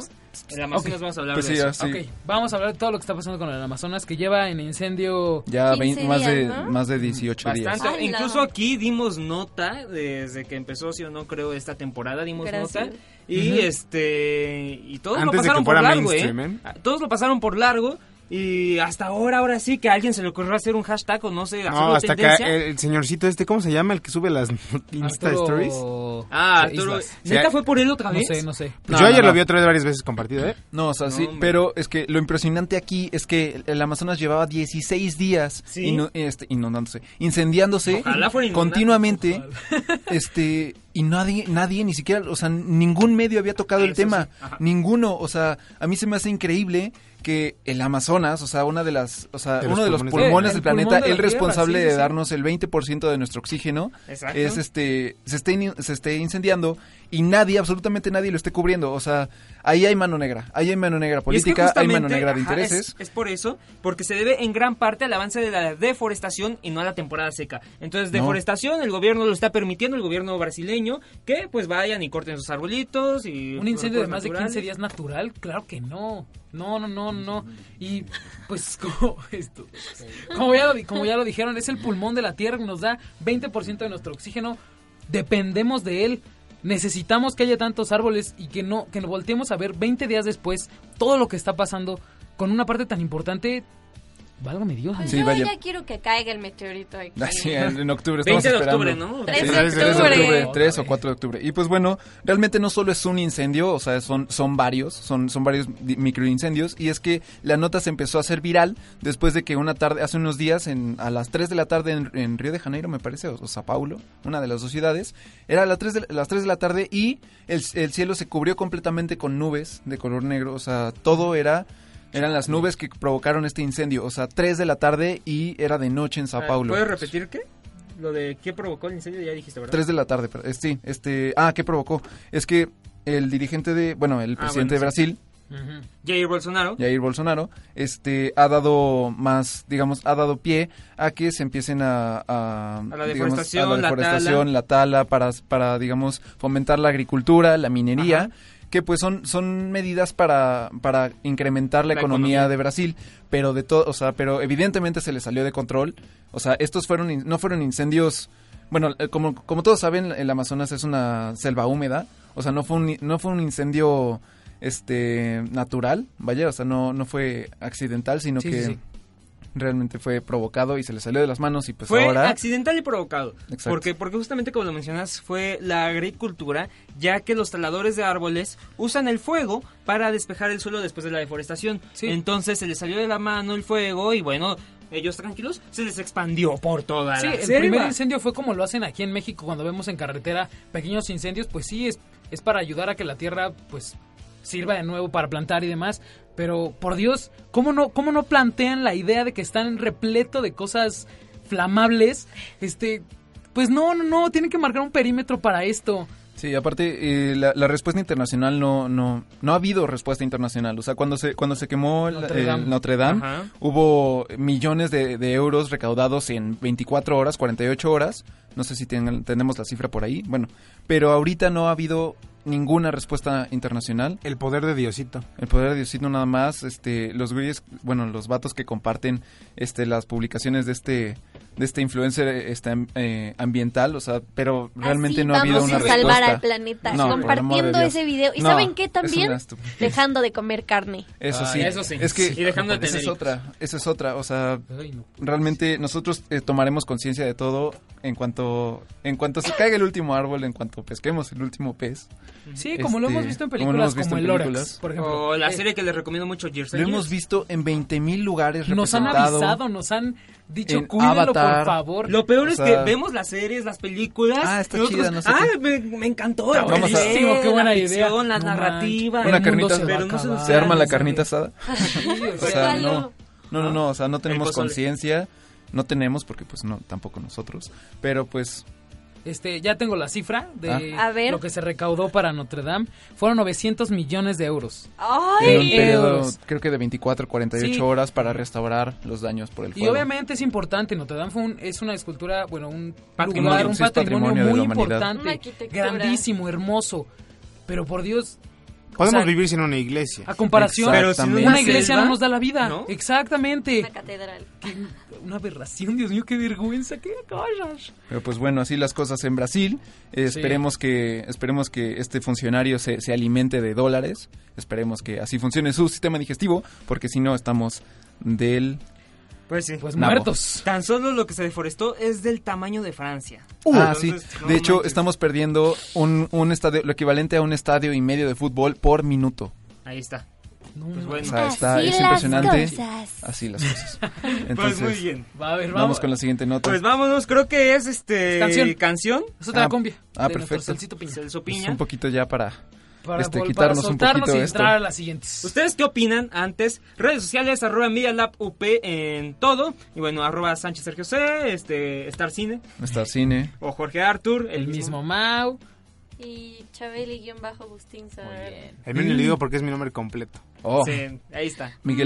Speaker 1: El Amazonas
Speaker 2: Ok.
Speaker 1: vamos a hablar
Speaker 5: Pues
Speaker 1: de
Speaker 5: sí,
Speaker 1: eso.
Speaker 5: así.
Speaker 2: Ok, vamos a hablar de todo lo que está pasando con el Amazonas, que lleva en incendio...
Speaker 5: Ya 20 más de más de 18
Speaker 1: Bastante.
Speaker 5: días.
Speaker 1: Incluso aquí dimos nota, desde que empezó, si o no creo, esta temporada dimos
Speaker 5: Gracias.
Speaker 1: nota. Y
Speaker 5: Ujú.
Speaker 1: este. Y todos
Speaker 6: Antes de
Speaker 1: lo pasaron
Speaker 6: que fuera
Speaker 1: por largo,
Speaker 6: mainstream,
Speaker 1: ¿eh?
Speaker 6: ¿eh?
Speaker 1: Todos lo pasaron por largo. Y hasta ahora, ahora sí que a alguien se le ocurrió hacer un hashtag o no sé, hacer
Speaker 6: No,
Speaker 1: una
Speaker 6: hasta acá
Speaker 1: tendencia.
Speaker 6: el, el señorcito este, ¿cómo se llama? El que sube las Insta
Speaker 1: Arturo-
Speaker 6: Stories.
Speaker 1: Ah, Arturo.
Speaker 6: Islas.
Speaker 1: ¿Neta
Speaker 6: Sí,
Speaker 1: fue por él otra
Speaker 2: No
Speaker 1: vez?
Speaker 2: sé, no sé.
Speaker 6: Pues yo ayer lo vi otra vez varias veces compartido, ¿eh?
Speaker 5: No, o sea,
Speaker 6: No,
Speaker 5: sí,
Speaker 6: hombre.
Speaker 5: pero es que lo impresionante aquí es que el- el Amazonas llevaba 16 días
Speaker 1: Sí.
Speaker 5: inu- este, inundándose, incendiándose
Speaker 1: Ojalá fuera inundado.
Speaker 5: continuamente, <laughs> este, y nadie, nadie, ni siquiera, o sea, ningún medio había tocado el
Speaker 1: Ah, Eso
Speaker 5: tema,
Speaker 1: sí, ajá.
Speaker 5: ninguno, o sea, a mí se me hace increíble que el Amazonas, o sea, una de las, o sea,
Speaker 1: De los
Speaker 5: uno de los
Speaker 1: pulmones.
Speaker 5: pulmones
Speaker 1: Eh, El
Speaker 5: del planeta,
Speaker 1: pulmón de la
Speaker 5: el
Speaker 1: Tierra,
Speaker 5: responsable
Speaker 1: sí,
Speaker 5: de
Speaker 1: sí, sí.
Speaker 5: darnos el 20% de nuestro oxígeno,
Speaker 1: Exacto.
Speaker 5: es este se esté ini- se esté incendiando y nadie absolutamente nadie lo esté cubriendo o sea ahí hay mano negra ahí hay mano negra
Speaker 1: Y es que
Speaker 5: política hay mano
Speaker 1: justamente,
Speaker 5: negra de
Speaker 1: ajá,
Speaker 5: intereses
Speaker 1: Es, es por eso, porque se debe en gran parte al avance de la deforestación y no a la temporada seca. Entonces,
Speaker 5: No.
Speaker 1: deforestación, el gobierno lo está permitiendo, el gobierno brasileño, que pues vayan y corten sus arbolitos y...
Speaker 2: Un incendio de
Speaker 1: recursos
Speaker 2: más de
Speaker 1: naturales.
Speaker 2: 15 días natural, claro que no. No, no, no, no. Y pues <laughs> como esto, como ya lo, di- como ya lo dijeron, es el pulmón de la Tierra y nos da 20% de nuestro oxígeno. Dependemos de él. Necesitamos que haya tantos árboles y que no que nos volteemos a ver 20 días después todo lo que está pasando con una parte tan importante. Válgame Dios.
Speaker 4: Pues yo ya quiero que caiga el meteorito aquí.
Speaker 5: Así, en en octubre estamos
Speaker 2: 20 de
Speaker 5: esperando.
Speaker 2: octubre, ¿no?
Speaker 5: Sí,
Speaker 2: 3 de
Speaker 5: tres
Speaker 2: octubre.
Speaker 5: 3 o 4 de octubre. Y pues bueno, realmente no solo es un incendio, o sea, son, son varios, son, son varios di- microincendios. Y es que la nota se empezó a hacer viral después de que una tarde, hace unos días, en, a las 3 de la tarde en, en Río de Janeiro, me parece, o, o Sao Paulo, una de las dos ciudades, era a las 3 de, las 3 de la tarde y el, el cielo se cubrió completamente con nubes de color negro, o sea, todo era... Eran las nubes que provocaron este incendio, o sea, 3 de la tarde y era de noche en Sao
Speaker 1: Ah,
Speaker 5: Paulo.
Speaker 1: ¿Puedes repetir qué? Lo de qué provocó el incendio, ya dijiste, ¿verdad?
Speaker 5: 3 de la tarde, pero, eh, sí, este, ah, ¿qué provocó? Es que el dirigente de, bueno, el
Speaker 1: Ah,
Speaker 5: presidente
Speaker 1: bueno, sí.
Speaker 5: de Brasil,
Speaker 1: Ujú. Jair Bolsonaro.
Speaker 5: Jair Bolsonaro, este, ha dado más, digamos, ha dado pie a que se empiecen a... A, digamos,
Speaker 1: deforestación,
Speaker 5: a
Speaker 1: la
Speaker 5: la deforestación, la tala, para, para, digamos, fomentar la agricultura, la minería, que pues son, son medidas para, para incrementar la,
Speaker 1: La
Speaker 5: economía,
Speaker 1: economía.
Speaker 5: de Brasil, pero de todo, o sea, pero evidentemente se le salió de control, o sea, estos fueron, in- no fueron incendios, bueno, eh, como, como todos saben, el Amazonas es una selva húmeda, o sea, no fue un, no fue un incendio este natural, vaya, o sea, no, no fue accidental, sino
Speaker 1: Sí,
Speaker 5: que
Speaker 1: sí, sí.
Speaker 5: realmente fue provocado y se le salió de las manos y pues
Speaker 1: fue
Speaker 5: ahora...
Speaker 1: accidental y provocado.
Speaker 5: Exacto.
Speaker 1: Porque, porque justamente como lo mencionas, fue la agricultura, ya que los taladores de árboles usan el fuego para despejar el suelo después de la deforestación. Entonces se les salió de la mano el fuego y bueno, ellos tranquilos, se les expandió por toda
Speaker 2: Sí,
Speaker 1: la
Speaker 2: el
Speaker 1: selva.
Speaker 2: primer incendio fue como lo hacen aquí en México cuando vemos en carretera pequeños incendios, pues sí, es, es para ayudar a que la tierra pues sirva de nuevo para plantar y demás, pero por Dios, ¿cómo no, cómo no plantean la idea de que están repleto de cosas flamables? Este, pues no, no, no, tienen que marcar un perímetro para esto.
Speaker 5: Sí, aparte, eh, la, la respuesta internacional no, no, no ha habido respuesta internacional. O sea, cuando se, cuando se quemó el- el
Speaker 2: Notre
Speaker 5: Notre
Speaker 2: Dame.
Speaker 5: Dame,
Speaker 2: Ajá.
Speaker 5: hubo millones de, de euros recaudados en 24 horas, 48 horas. No sé si ten- tenemos la cifra por ahí. Bueno, pero ahorita no ha habido ninguna respuesta internacional.
Speaker 6: El poder de Diosito.
Speaker 5: El poder de Diosito nada más, este, los güeyes, bueno, los vatos que comparten este las publicaciones de este de este influencer este, am- eh, ambiental, o sea, pero realmente
Speaker 7: Así
Speaker 5: no ha habido
Speaker 7: vamos
Speaker 5: una
Speaker 7: a salvar
Speaker 5: respuesta.
Speaker 7: al planeta
Speaker 5: No, por el amor de
Speaker 7: compartiendo
Speaker 5: Dios.
Speaker 7: ese video. ¿Y
Speaker 5: No,
Speaker 7: saben qué
Speaker 5: es
Speaker 7: también?
Speaker 5: una estu-
Speaker 7: Dejando de comer carne.
Speaker 5: Eso
Speaker 1: Ay,
Speaker 5: sí.
Speaker 1: eso sí.
Speaker 5: Es que
Speaker 1: Y dejando de
Speaker 5: esa
Speaker 1: tener
Speaker 5: es
Speaker 1: hijos.
Speaker 5: otra, esa es otra, o sea,
Speaker 1: Ay, no.
Speaker 5: realmente nosotros eh, tomaremos conciencia de todo en cuanto en cuanto se caiga el último árbol, en cuanto pesquemos el último pez.
Speaker 2: Sí, como lo
Speaker 5: Este,
Speaker 2: hemos visto en
Speaker 5: como lo hemos
Speaker 2: películas como,
Speaker 5: visto en
Speaker 2: el Lorax,
Speaker 5: películas.
Speaker 2: por ejemplo.
Speaker 1: O la
Speaker 2: Eh,
Speaker 1: serie que les recomiendo mucho, Years
Speaker 5: Lo hemos visto en 20.000 lugares
Speaker 2: nos han
Speaker 5: representado.
Speaker 2: avisado, nos han dicho,
Speaker 5: en
Speaker 2: cuídenlo por
Speaker 5: Avatar.
Speaker 2: favor.
Speaker 1: Lo peor
Speaker 5: O
Speaker 1: es
Speaker 5: sea-
Speaker 1: que vemos las series, las películas.
Speaker 5: Ah, está
Speaker 1: y otros,
Speaker 5: chida, no sé
Speaker 1: Ah,
Speaker 5: qué".
Speaker 1: me, me encantó.
Speaker 5: Está
Speaker 1: la
Speaker 5: vamos a-
Speaker 1: película,
Speaker 5: buenísimo, qué buena
Speaker 1: la
Speaker 5: idea.
Speaker 1: ficción, la
Speaker 5: No
Speaker 1: narrativa.
Speaker 5: Una
Speaker 1: el mundo
Speaker 5: carnita
Speaker 1: se va a acabar.
Speaker 5: se, arma la carnita
Speaker 2: <laughs>
Speaker 5: asada.
Speaker 1: o
Speaker 5: o
Speaker 1: sea,
Speaker 5: sea, no. No, no, no, o sea, no tenemos
Speaker 2: pozole.
Speaker 5: conciencia, no tenemos porque pues no tampoco nosotros, pero pues
Speaker 2: Este, ya tengo la cifra de
Speaker 7: Ah. A ver.
Speaker 2: lo que se recaudó para Notre Dame. Fueron 900 millones de euros.
Speaker 7: Ah.
Speaker 5: en un periodo,
Speaker 2: Euros.
Speaker 5: creo que de 24 48
Speaker 2: Sí.
Speaker 5: horas para restaurar los daños por el
Speaker 2: Y
Speaker 5: fuego.
Speaker 2: obviamente es importante, Notre Dame fue un- es una escultura, bueno, un
Speaker 5: Patrimonio,
Speaker 2: lugar, un
Speaker 5: sí, es
Speaker 2: patrimonio,
Speaker 5: patrimonio de
Speaker 2: muy
Speaker 5: la humanidad.
Speaker 2: importante,
Speaker 7: Una arquitectura.
Speaker 2: grandísimo, hermoso. Pero por Dios,
Speaker 6: Podemos
Speaker 2: O sea,
Speaker 6: vivir sin una iglesia.
Speaker 2: A comparación,
Speaker 6: Pero sin
Speaker 2: una iglesia no nos da la vida.
Speaker 6: ¿No?
Speaker 2: Exactamente. Una
Speaker 4: catedral.
Speaker 2: una aberración, Dios mío, qué vergüenza, qué cosas.
Speaker 5: Pero pues bueno, así las cosas en Brasil. Eh,
Speaker 2: Sí.
Speaker 5: esperemos que esperemos que este funcionario se, se alimente de dólares. Esperemos que así funcione su sistema digestivo, porque si no estamos del
Speaker 1: Pues sí. Pues
Speaker 5: Nabo. muertos.
Speaker 1: Tan solo lo que se deforestó es del tamaño de Francia.
Speaker 2: Uh.
Speaker 5: ah, sí.
Speaker 1: Entonces, no
Speaker 5: de hecho,
Speaker 1: manches.
Speaker 5: estamos perdiendo un, un estadio, lo equivalente a un estadio y medio de fútbol por minuto.
Speaker 1: Ahí está.
Speaker 2: pues
Speaker 5: O
Speaker 1: bueno.
Speaker 5: sea, está- es impresionante. Así
Speaker 1: <laughs>
Speaker 5: las cosas. Entonces,
Speaker 1: pues muy bien.
Speaker 2: a ver,
Speaker 5: vamos con la siguiente nota.
Speaker 1: Pues vámonos, creo que es este
Speaker 2: Canción.
Speaker 1: canción.
Speaker 2: Es otra Ah, cumbia
Speaker 5: ah, de nuestro perfecto. Celcito
Speaker 1: Celso
Speaker 5: Pues
Speaker 1: Piña.
Speaker 5: un poquito ya para,
Speaker 1: Para
Speaker 5: este,
Speaker 1: vol- para
Speaker 5: quitarnos un
Speaker 2: soltarnos
Speaker 5: poquito
Speaker 2: y
Speaker 5: esto.
Speaker 2: entrar a las siguientes.
Speaker 1: ¿Ustedes qué opinan antes? Redes sociales, arroba Media Lab UP en todo. Y bueno, arroba Sánchez Sergio C, este, Star Cine,
Speaker 5: Nuestra cine.
Speaker 1: o Jorge Artur, el,
Speaker 2: mismo Mau.
Speaker 4: Y Chabeli-Agustín Saavedra.
Speaker 6: El mío ni le digo porque es mi nombre completo.
Speaker 5: Oh.
Speaker 1: Sí, ahí está.
Speaker 4: Mike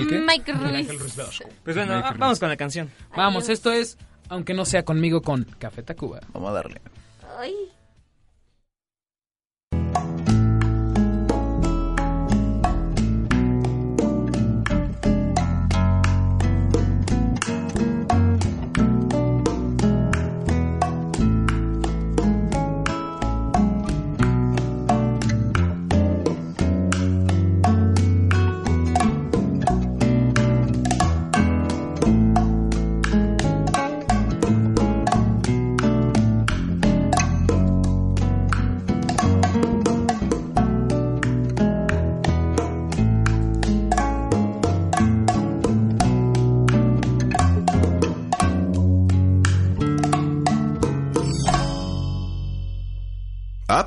Speaker 4: Mm, Ruiz.
Speaker 1: Pues bueno,
Speaker 2: Mike
Speaker 1: ah,
Speaker 2: Ruiz.
Speaker 1: vamos con la canción.
Speaker 2: Vamos, esto es, aunque no sea conmigo, con Café Tacuba.
Speaker 5: Vamos a darle.
Speaker 4: Ay.
Speaker 15: a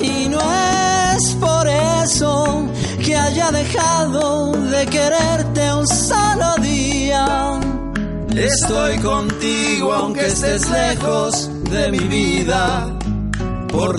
Speaker 16: Y no es por eso que haya dejado de quererte un solo día.
Speaker 15: Estoy contigo aunque estés lejos de mi vida, por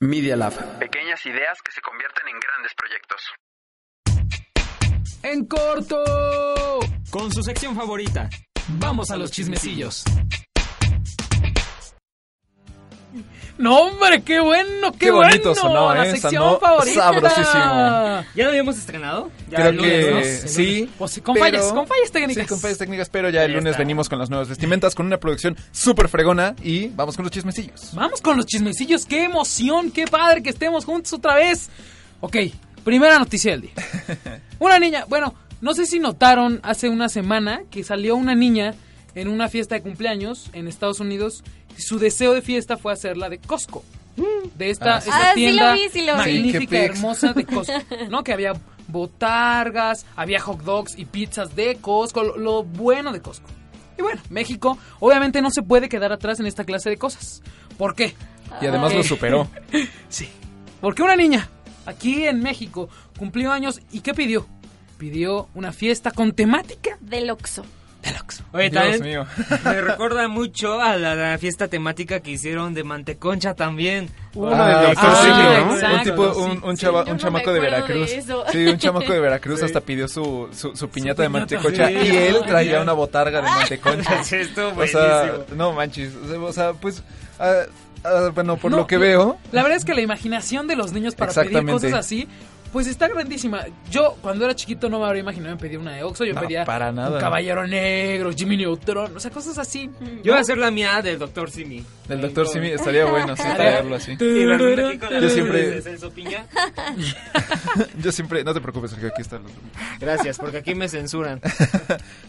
Speaker 10: Media Lab.
Speaker 9: Pequeñas ideas que se convierten en grandes proyectos.
Speaker 2: En corto.
Speaker 1: Con su sección favorita.
Speaker 2: Vamos a los chismecillos. No, hombre, qué bueno, qué,
Speaker 5: Qué bonito
Speaker 2: bueno.
Speaker 5: sonó,
Speaker 2: La
Speaker 5: ¿eh?
Speaker 2: sección
Speaker 5: Sonó
Speaker 2: favorita.
Speaker 5: sabrosísimo.
Speaker 1: ¿Ya lo habíamos estrenado? Ya
Speaker 5: Creo
Speaker 1: el
Speaker 5: que
Speaker 1: lunes, ¿no? El lunes.
Speaker 5: sí.
Speaker 2: Pues sí, con fallas, con fallas técnicas.
Speaker 5: Sí, con fallas técnicas, pero ya el
Speaker 2: Ahí
Speaker 5: lunes
Speaker 2: está.
Speaker 5: venimos con las nuevas vestimentas, con una producción súper fregona y vamos con los chismecillos.
Speaker 2: Vamos con los chismecillos, qué emoción, qué padre que estemos juntos otra vez. Ok, primera noticia del día.
Speaker 4: <laughs>
Speaker 2: Una niña, bueno, no sé si notaron hace una semana que salió una niña en una fiesta de cumpleaños en Estados Unidos. Su deseo de fiesta fue hacerla de Costco. De esta
Speaker 5: Ah, sí.
Speaker 2: esa
Speaker 4: Ah, sí lo
Speaker 2: tienda
Speaker 4: vi, sí lo vi.
Speaker 5: Sí,
Speaker 2: magnífica,
Speaker 5: qué pics.
Speaker 2: hermosa de Costco. ¿No? Que había botargas, había hot dogs y pizzas de Costco, lo- lo bueno de Costco. Y bueno, México obviamente no se puede quedar atrás en esta clase de cosas. ¿Por qué? Ah,
Speaker 5: Y además lo
Speaker 2: Porque-
Speaker 5: superó.
Speaker 2: sí. Porque una niña aquí en México cumplió años y ¿qué pidió? Pidió una fiesta con temática
Speaker 4: del Oxxo.
Speaker 1: Oye,
Speaker 2: Dios
Speaker 1: también
Speaker 2: mío.
Speaker 1: <laughs> me recuerda mucho a la, la fiesta temática que hicieron de Manteconcha también.
Speaker 5: Uno del doctor
Speaker 1: Ah,
Speaker 5: Simi, ¿no?
Speaker 1: exacto.
Speaker 5: un tipo, un, un chava-
Speaker 4: Yo
Speaker 5: un
Speaker 4: no
Speaker 5: chamaco de
Speaker 4: me acuerdo
Speaker 5: Veracruz.
Speaker 4: de eso.
Speaker 5: sí, un
Speaker 4: <laughs>
Speaker 5: chamaco de Veracruz
Speaker 1: Sí.
Speaker 5: hasta pidió su, su, su piñata de
Speaker 1: piñata.
Speaker 5: mantecocha
Speaker 1: Sí. Ah,
Speaker 5: y él traía una botarga de mantecocha.
Speaker 1: <laughs> Sí, estuvo
Speaker 5: o sea,
Speaker 1: buenísimo.
Speaker 5: no manches. O sea, pues, ah, ah, bueno, por
Speaker 2: No,
Speaker 5: lo que veo,
Speaker 2: La verdad es que la imaginación de los niños para pedir
Speaker 5: Exactamente.
Speaker 2: cosas así, pues está grandísima. Yo cuando era chiquito no me habría imaginado pedir una de Oxxo, yo
Speaker 5: No,
Speaker 2: pedía
Speaker 5: para nada.
Speaker 2: un caballero negro, Jimmy Neutron, o sea, cosas así.
Speaker 1: Yo voy a hacer la mía del Dr. Simi.
Speaker 5: del doctor Simi estaría bueno sí,
Speaker 1: Ajá.
Speaker 5: traerlo así.
Speaker 1: Y verlo
Speaker 5: <laughs>
Speaker 1: aquí con
Speaker 5: Yo
Speaker 1: las luces de
Speaker 5: siempre,
Speaker 1: Celso Piña.
Speaker 5: <laughs>
Speaker 4: <laughs>
Speaker 5: yo siempre, no te preocupes, Sergio, aquí están los
Speaker 1: Gracias, porque aquí
Speaker 5: <laughs>
Speaker 1: me censuran.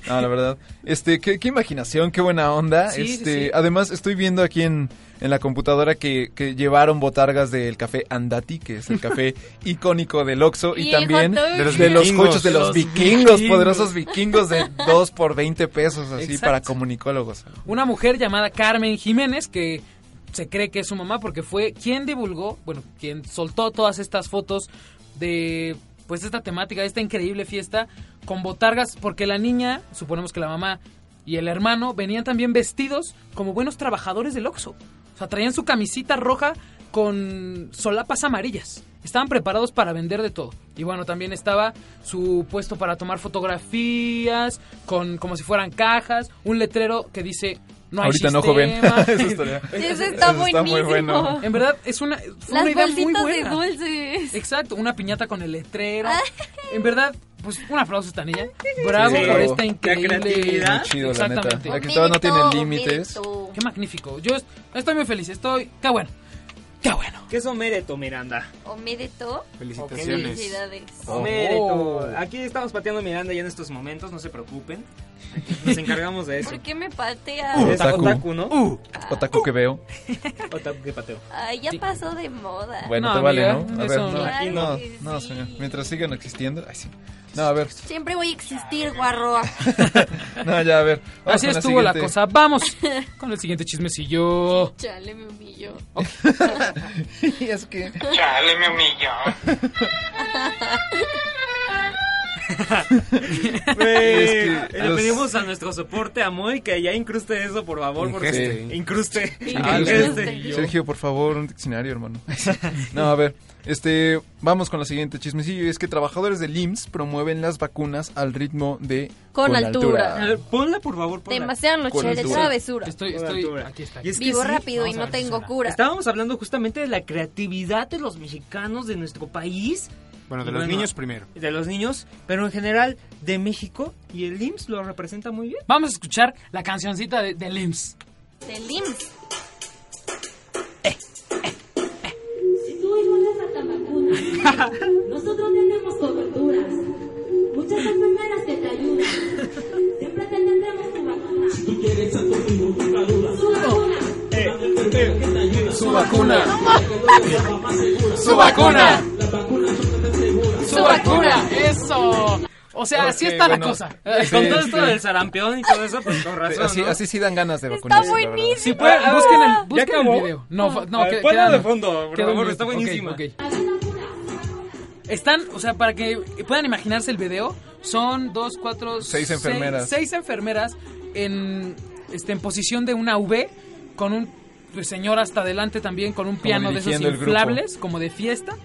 Speaker 5: No, la verdad. Este, qué, qué imaginación, qué buena onda.
Speaker 1: Sí, sí,
Speaker 5: este,
Speaker 1: sí.
Speaker 5: además estoy viendo aquí en, en la computadora que, que llevaron botargas del café Andati, que es el café icónico del Oxxo y,
Speaker 4: Y el
Speaker 5: también
Speaker 4: hot dog.
Speaker 5: de los, de los
Speaker 6: vikingos.
Speaker 5: cochos de los,
Speaker 2: Los
Speaker 5: vikingos,
Speaker 2: vikingos.
Speaker 5: poderosos vikingos de 2 por 20 pesos así
Speaker 2: Exacto.
Speaker 5: para comunicólogos.
Speaker 2: Una mujer llamada Carmen Jiménez que se cree que es su mamá porque fue quien divulgó, bueno, quien soltó todas estas fotos de pues esta temática, de esta increíble fiesta con botargas porque la niña, suponemos que la mamá y el hermano venían también vestidos como buenos trabajadores del Oxxo. O sea, traían su camisita roja con solapas amarillas. Estaban preparados para vender de todo. Y bueno, también estaba su puesto para tomar fotografías, con como si fueran cajas, un letrero que dice no hay
Speaker 5: Ahorita no, joven".
Speaker 2: sistema.
Speaker 5: <laughs> Eso estaría-
Speaker 4: Sí, eso está
Speaker 5: Eso está muy
Speaker 4: buenísimo.
Speaker 5: bueno.
Speaker 2: En verdad es una fue
Speaker 4: Las
Speaker 2: una idea muy
Speaker 4: bolsitas de
Speaker 2: buena.
Speaker 4: dulces.
Speaker 2: Exacto, una piñata con el letrero. En verdad, pues un aplauso a esta niña. Bravo
Speaker 5: Ah. Sí.
Speaker 2: por esta
Speaker 5: La
Speaker 2: increíble.
Speaker 5: creatividad. Muy chido, la neta.
Speaker 2: Exactamente.
Speaker 5: La que todavía no tiene límites.
Speaker 2: Qué magnífico. Yo est- estoy muy feliz. Estoy. Qué bueno. Qué bueno.
Speaker 1: ¿Qué es Omereto, Miranda?
Speaker 4: O mérito. Felicidades.
Speaker 1: Omereto. Aquí estamos pateando a Miranda ya en estos momentos, no se preocupen. Nos encargamos de eso.
Speaker 4: ¿Por qué me patea?
Speaker 1: Uh,
Speaker 5: Otaku. Uh,
Speaker 1: otaku, ¿no?
Speaker 5: Otaku que veo.
Speaker 1: Otaku
Speaker 5: <laughs>
Speaker 1: que pateo.
Speaker 4: Ay, ya pasó de moda.
Speaker 5: Bueno,
Speaker 2: No,
Speaker 5: te vale,
Speaker 2: amiga,
Speaker 5: ¿no? A
Speaker 2: eso
Speaker 5: ver,
Speaker 2: no.
Speaker 5: no,
Speaker 4: Claro
Speaker 5: no,
Speaker 4: que
Speaker 5: no,
Speaker 4: sí.
Speaker 5: señor. Mientras sigan existiendo. Ay, sí. No, a ver.
Speaker 4: Siempre voy a existir, guarro.
Speaker 5: No,
Speaker 2: <laughs>
Speaker 5: ya, <laughs> a ver. Vamos
Speaker 2: Así
Speaker 5: con la
Speaker 2: estuvo la,
Speaker 5: siguiente.
Speaker 2: cosa. Vamos
Speaker 5: <laughs>
Speaker 2: con el siguiente
Speaker 5: Oh.
Speaker 2: chismecillo.
Speaker 4: Chale, me humilló.
Speaker 5: <laughs> Y es que.
Speaker 14: Chale, me humilló.
Speaker 5: Es que
Speaker 1: Le
Speaker 5: los-
Speaker 1: pedimos a nuestro soporte, a Moy, que ya incruste eso, por favor. Porque
Speaker 5: Ingeste.
Speaker 1: incruste.
Speaker 5: Ah,
Speaker 1: Incruste.
Speaker 5: Sergio, por favor, un diccionario, hermano. No, a ver, este, vamos con la siguiente chismecillo. y Es que trabajadores del IMSS promueven las vacunas al ritmo de...
Speaker 4: Con altura.
Speaker 1: A ver, ponla, por favor, ponla.
Speaker 4: Demasiado
Speaker 5: Con
Speaker 4: noche, de
Speaker 5: altura.
Speaker 4: travesura.
Speaker 2: Estoy,
Speaker 1: Con
Speaker 2: estoy.
Speaker 1: altura.
Speaker 2: Aquí está.
Speaker 1: Y es que
Speaker 4: Vivo
Speaker 1: sí,
Speaker 4: rápido y
Speaker 2: vamos a
Speaker 4: no
Speaker 2: ver si
Speaker 4: tengo
Speaker 2: suena.
Speaker 4: cura.
Speaker 1: Estábamos hablando justamente de la creatividad de los mexicanos de nuestro país.
Speaker 6: Bueno, de
Speaker 1: Y
Speaker 6: los niños primero.
Speaker 1: De los niños, pero en general de México y el IMSS lo representa muy bien.
Speaker 2: Vamos a escuchar la cancioncita de, de Limbs.
Speaker 4: Del IMSS.
Speaker 2: Eh,
Speaker 17: Si tú y vuelves a
Speaker 2: <laughs>
Speaker 17: Tamacuna, nosotros tenemos coberturas. Muchas enfermeras que te ayudan. Siempre te tendremos tu vacuna. Si tú quieres a tu primo, Su vacuna.
Speaker 1: Eh,
Speaker 5: Su vacuna,
Speaker 2: ¡Su vacuna! ¡Su vacuna! ¡Eso! O sea, así
Speaker 5: Ok,
Speaker 2: está la
Speaker 5: bueno.
Speaker 2: cosa.
Speaker 5: Sí,
Speaker 1: Con todo esto
Speaker 5: sí.
Speaker 1: del sarampión y todo eso, pues con razón.
Speaker 5: Así,
Speaker 1: ¿no?
Speaker 5: así sí dan ganas de vacunarse. la verdad.
Speaker 4: buenísimo.
Speaker 2: Si pueden,
Speaker 1: Ah,
Speaker 2: busquen el,
Speaker 1: ¿ya
Speaker 2: busquen el
Speaker 1: acabó?
Speaker 2: video. No, fa- no,
Speaker 1: A ver,
Speaker 2: que-
Speaker 1: ponla
Speaker 2: queda
Speaker 1: de
Speaker 2: uno.
Speaker 1: fondo, por
Speaker 2: Queda un
Speaker 1: favor,
Speaker 2: minuto.
Speaker 1: está
Speaker 2: Ok,
Speaker 1: buenísima.
Speaker 2: ok. Están, o sea, para que puedan imaginarse el video, son dos, cuatro,
Speaker 5: Seis enfermeras.
Speaker 2: Seis, enfermeras en, este, en posición de una V con un pues, señor hasta adelante también con un piano de esos
Speaker 5: dirigiendo el grupo.
Speaker 2: inflables, como de fiesta.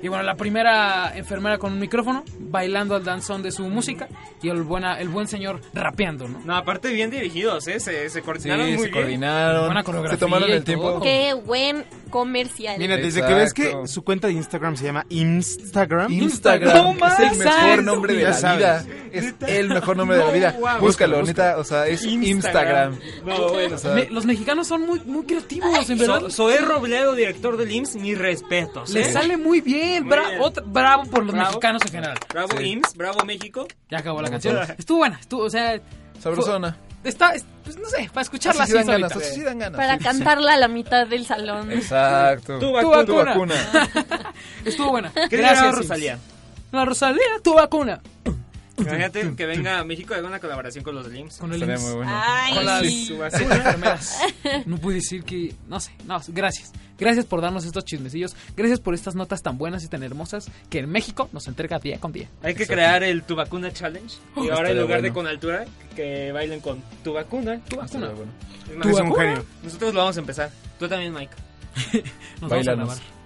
Speaker 2: Y bueno, la primera enfermera con un micrófono, bailando al danzón de su música, y el, buena, el buen señor rapeando, ¿no?
Speaker 1: No, aparte bien dirigidos, ¿eh? Se, se
Speaker 5: Sí,
Speaker 1: coordinaron muy
Speaker 5: se
Speaker 1: bien.
Speaker 5: coordinaron.
Speaker 2: Buena coreografía
Speaker 5: se tomaron
Speaker 2: y
Speaker 5: el tiempo.
Speaker 4: Qué buen comercial.
Speaker 6: Mira, desde que ves que su cuenta de Instagram se llama Instagram.
Speaker 5: Instagram es el mejor nombre de
Speaker 6: Ya
Speaker 5: la vida.
Speaker 6: sabes.
Speaker 5: Es el mejor nombre de la
Speaker 6: No,
Speaker 5: vida.
Speaker 6: guau.
Speaker 5: Búscalo,
Speaker 6: Busca,
Speaker 5: neta. O sea, es Instagram.
Speaker 1: No, bueno,
Speaker 5: o sea-
Speaker 2: Me- los mexicanos son muy, muy creativos, en verdad.
Speaker 1: So- Zoé Robledo, director del IMSS, mi respeto.
Speaker 2: Le sale muy bien,
Speaker 1: ¿eh? Muy
Speaker 2: bra-
Speaker 1: bien.
Speaker 2: otra- bravo por los
Speaker 1: Bravo.
Speaker 2: mexicanos en general.
Speaker 1: Bravo
Speaker 2: Sí.
Speaker 1: IMSS, bravo México.
Speaker 2: Ya acabó Oh, la canción. Estuvo buena, estuvo, o sea...
Speaker 5: Sabrosona.
Speaker 2: fue- Está, es- pues no sé, para escucharla
Speaker 5: Así sí
Speaker 2: así
Speaker 5: dan ganas,
Speaker 2: solita.
Speaker 5: así sí dan ganas.
Speaker 4: Para cantarla a la mitad del salón.
Speaker 5: Exacto.
Speaker 2: Tu vacuna.
Speaker 5: Tu vacuna.
Speaker 2: <laughs> Estuvo buena.
Speaker 1: ¿Qué le
Speaker 2: Gracias,
Speaker 1: hará
Speaker 2: Sims.
Speaker 1: Rosalía?
Speaker 2: La Rosalía, tu vacuna.
Speaker 1: Imagínate que venga a México y haga una colaboración con los del IMSS.
Speaker 2: Con el Estaría IMSS. muy bueno.
Speaker 1: Ay.
Speaker 2: Con las-
Speaker 1: Sí.
Speaker 2: con las
Speaker 1: <laughs>
Speaker 2: enfermeras. No pude decir que... No sé, no, gracias. Gracias por darnos estos chismecillos. Gracias por estas notas tan buenas y tan hermosas que en México nos entrega día con día.
Speaker 1: Hay que crear eh, el Tu Vacuna Challenge.
Speaker 2: Oh,
Speaker 1: Y ahora en
Speaker 2: estaría
Speaker 1: lugar de
Speaker 2: bueno.
Speaker 1: con altura, que bailen con Tu Vacuna. Tu Vacuna. Es más,
Speaker 2: Tu Eres un vacuna. genio.
Speaker 1: Nosotros lo vamos a empezar. Tú también, Mike.
Speaker 2: <laughs> Nos vamos a Bailanos.
Speaker 1: grabar.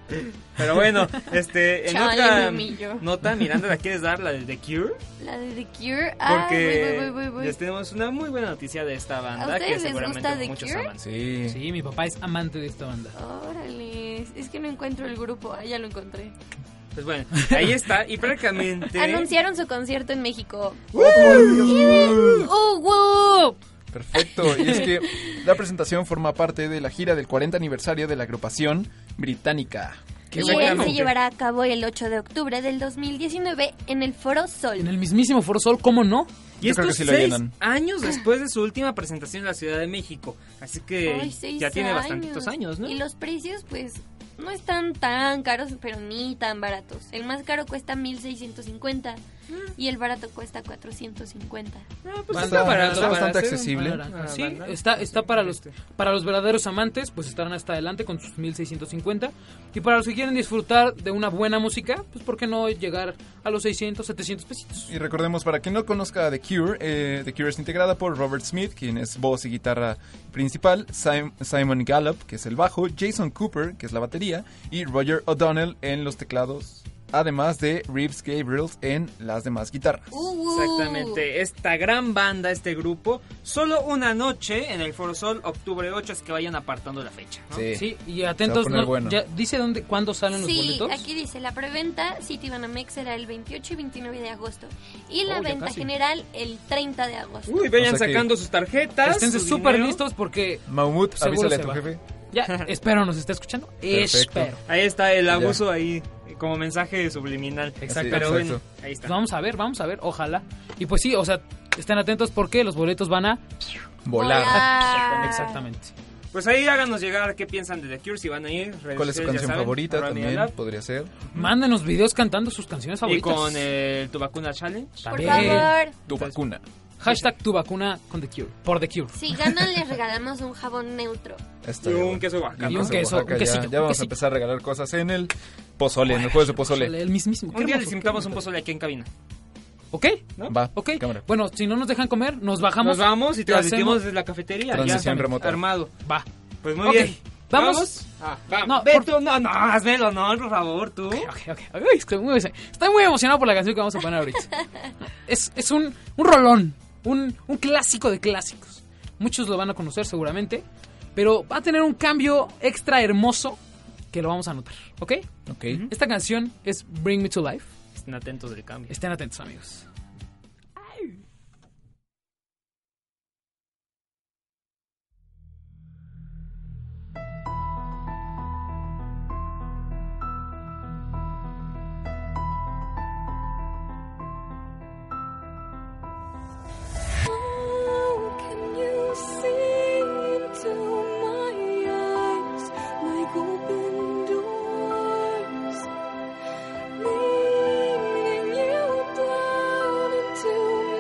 Speaker 1: Pero bueno, este, en
Speaker 4: Chale, me
Speaker 1: otra
Speaker 4: humillo.
Speaker 1: nota, Miranda, ¿la quieres dar? La de The Cure.
Speaker 4: La de The Cure. Ah,
Speaker 1: Porque
Speaker 4: voy, voy, voy, voy.
Speaker 1: les tenemos una muy buena noticia de esta banda
Speaker 4: ¿A
Speaker 1: que
Speaker 4: ustedes les gusta
Speaker 1: seguramente
Speaker 4: The
Speaker 1: muchos
Speaker 4: Cure? Oh.
Speaker 1: aman.
Speaker 5: Sí.
Speaker 2: Sí, mi papá es amante de esta banda.
Speaker 4: Órale, es que no encuentro el grupo. Ah, ya lo encontré.
Speaker 2: <laughs>
Speaker 1: Pues bueno, ahí está. Y
Speaker 4: <laughs>
Speaker 1: prácticamente.
Speaker 4: Ah, Anunciaron su concierto en México.
Speaker 5: ¡Woo!
Speaker 4: ¡Uh, woo!
Speaker 5: Perfecto. Y es que la presentación forma parte de la gira del 40 aniversario de la agrupación británica.
Speaker 4: y él se llevará a cabo el 8 de octubre del 2019 en el Foro Sol.
Speaker 2: En el mismísimo Foro Sol, ¿cómo no?
Speaker 1: Y esto es seis pues años después de su última presentación en la Ciudad de México. Así que
Speaker 4: Ay, seis
Speaker 1: ya tiene bastantitos años, ¿no?
Speaker 4: Y los precios, pues, no están tan caros, pero ni tan baratos. El más caro cuesta 1.650 y el barato cuesta 450.
Speaker 5: Pues está barato, está bastante accesible.
Speaker 1: Ah,
Speaker 2: Barato, Sí, está, está para los
Speaker 1: Este.
Speaker 2: para los verdaderos amantes, pues estarán hasta adelante con sus 1650 y para los que quieren disfrutar de una buena música, pues por qué no llegar a los 600, 700 pesitos.
Speaker 5: Y recordemos, para quien no conozca a The Cure, eh, The Cure es integrada por Robert Smith, quien es voz y guitarra principal, Sim- Simon Gallup, que es el bajo, Jason Cooper, que es la batería, y Roger O'Donnell en los teclados, además de Reeves Gabriel en las demás guitarras.
Speaker 4: Uh,
Speaker 1: Uh. Exactamente, esta gran banda, este grupo, solo una noche en el Foro Sol, octubre 8, es que vayan apartando la fecha. ¿no?
Speaker 5: Sí.
Speaker 2: Sí, y atentos,
Speaker 5: Se va a poner
Speaker 2: no-
Speaker 5: bueno.
Speaker 2: ya dice dónde cuándo salen
Speaker 4: Sí,
Speaker 2: los boletos.
Speaker 4: aquí dice, la preventa City Banamex será el 28 y 29 de agosto y la
Speaker 2: Oh, ya
Speaker 4: venta
Speaker 2: casi.
Speaker 4: general el 30 de agosto.
Speaker 1: Uy, vayan
Speaker 5: O sea que-
Speaker 1: sacando sus tarjetas.
Speaker 2: Esténse
Speaker 1: su
Speaker 2: súper
Speaker 1: dinero.
Speaker 2: listos porque
Speaker 5: Mahmoud,
Speaker 2: seguro
Speaker 5: avísale a
Speaker 2: se
Speaker 5: tu
Speaker 2: va.
Speaker 5: jefe. <laughs>
Speaker 2: Ya, espero nos esté escuchando.
Speaker 5: Perfecto.
Speaker 2: Espero.
Speaker 1: Ahí está el abuso ahí, como mensaje subliminal.
Speaker 2: Exacto.
Speaker 1: Pero bueno,
Speaker 2: Exacto.
Speaker 1: ahí está.
Speaker 2: Pues vamos a ver, vamos a ver, ojalá. Y pues sí, o sea, estén atentos porque los boletos van a
Speaker 5: Volar.
Speaker 4: Volar.
Speaker 2: Exactamente.
Speaker 1: Pues ahí háganos llegar qué piensan de The Cure, si van a ir. redes
Speaker 5: ¿Cuál es su
Speaker 1: sociales, ya
Speaker 5: canción
Speaker 1: saben,
Speaker 5: favorita?
Speaker 1: arroba
Speaker 5: También
Speaker 1: Miralab.
Speaker 5: podría ser.
Speaker 2: Mándenos videos cantando sus canciones
Speaker 1: Y
Speaker 2: favoritas.
Speaker 1: con eh, tu vacuna challenge. Pues,
Speaker 2: Por favor.
Speaker 5: Tu vacuna.
Speaker 2: Hashtag tu vacuna con The Cure. Por The Cure.
Speaker 4: Si ganan les regalamos un jabón neutro.
Speaker 5: Está
Speaker 1: Y un
Speaker 5: bien.
Speaker 1: queso Oaxaca.
Speaker 5: Y
Speaker 2: Y un queso,
Speaker 5: Oaxaca,
Speaker 2: un
Speaker 5: ya-
Speaker 2: quesillo,
Speaker 5: Ya,
Speaker 2: un
Speaker 5: vamos a
Speaker 2: quesillo.
Speaker 5: empezar a regalar cosas en el pozole, en el juego de pozole.
Speaker 2: El mismísimo.
Speaker 1: Un día les invitamos un pozole aquí en cabina.
Speaker 2: ¿Ok?
Speaker 5: Va,
Speaker 2: ¿Ok?
Speaker 5: cámara.
Speaker 2: Bueno, si no nos dejan comer, nos bajamos.
Speaker 1: Nos vamos y
Speaker 2: te hacemos-
Speaker 1: transmitimos desde la cafetería.
Speaker 5: Transición
Speaker 1: ya saben,
Speaker 5: remota.
Speaker 1: Armado.
Speaker 2: Va.
Speaker 1: Pues muy
Speaker 2: Ok,
Speaker 1: bien.
Speaker 2: ¿vamos?
Speaker 1: Ah, vamos.
Speaker 2: No,
Speaker 1: No,
Speaker 2: por-
Speaker 1: no, no, hazme el honor, por favor, tú.
Speaker 2: Ok, ok, ok, estoy, muy, estoy muy emocionado por la canción que vamos a poner
Speaker 1: <laughs>
Speaker 2: ahorita. Es, es un, un rolón, un, un clásico de clásicos. Muchos lo van a conocer seguramente, pero va a tener un cambio extra hermoso que lo vamos a notar, ¿ok?
Speaker 5: Ok.
Speaker 2: Esta canción es Bring Me to Life.
Speaker 1: Estén atentos del cambio.
Speaker 2: Estén atentos, amigos.
Speaker 18: Oh, Can you see into my eyes like open doors? Kneeling you down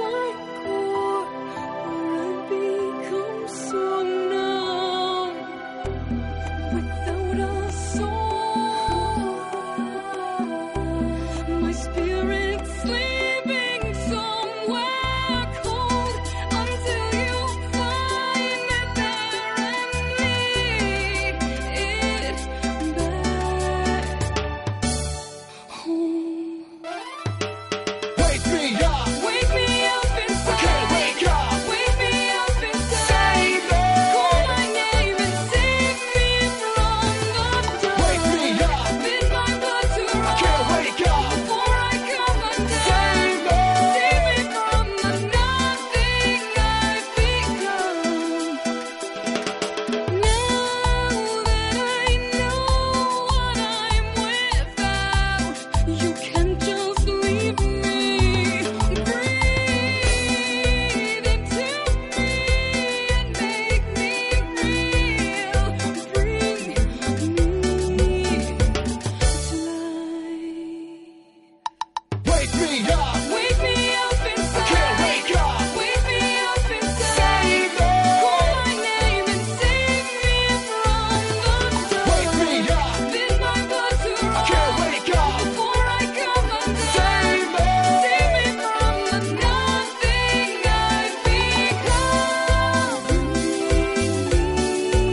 Speaker 18: Wake me up. Wake me up inside. Can't wake up. Wake me up inside. Save me. Call my name and save me from the dark. Wake me up. This my blood to run. Can't wake up. Before I come undone. Save me. Save me from the nothing I've become. I've been living a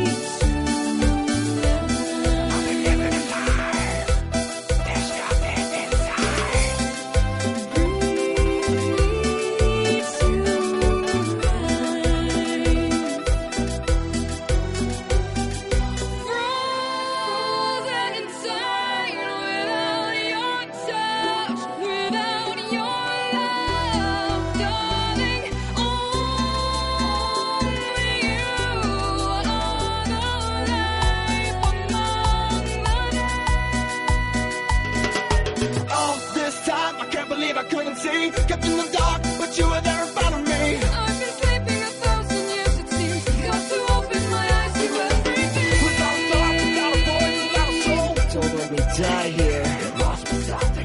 Speaker 18: lie. There's nothing inside. All this time, I can't believe I couldn't see. Kept in the dark, but you were there in front of me. I've been sleeping a thousand years, it seems. Got to open my eyes to everything. Without thought, without a voice, without a soul. Don't let me die here. Get lost without the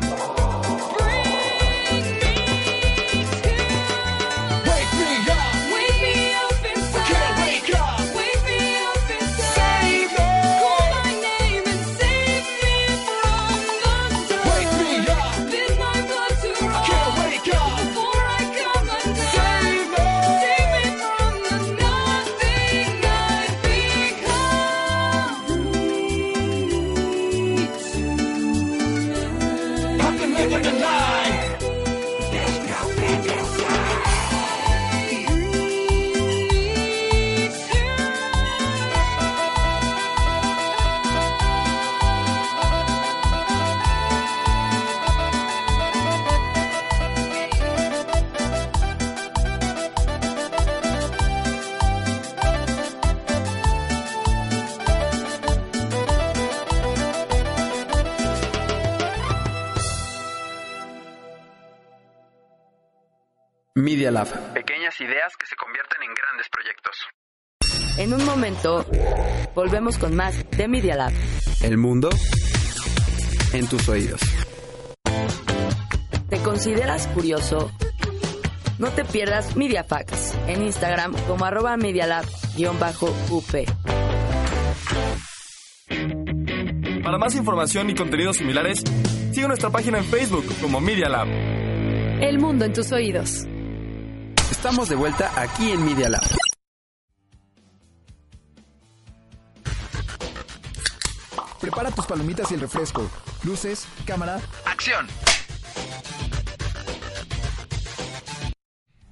Speaker 18: Wake me up. Wake me up inside. Can't wake up. Wake me up inside. Save me. Call my name and save me from the Wake me up. This my blood to run. Can't wake up. Before I come undone. Save me. Save me from the nothing I've become. I've been living a lie. There's nothing inside.
Speaker 10: Media Lab. Pequeñas ideas que se convierten en grandes proyectos.
Speaker 19: En un momento, volvemos con más de Media Lab.
Speaker 9: El mundo en tus oídos.
Speaker 19: ¿Te consideras curioso? No te pierdas Media Facts en Instagram como arroba medialab-up.
Speaker 20: Para más información y contenidos similares, sigue nuestra página en Facebook como Media Lab.
Speaker 21: El mundo en tus oídos.
Speaker 9: Estamos de vuelta aquí en Media Lab.
Speaker 22: Prepara tus palomitas y el refresco. Luces, cámara, acción.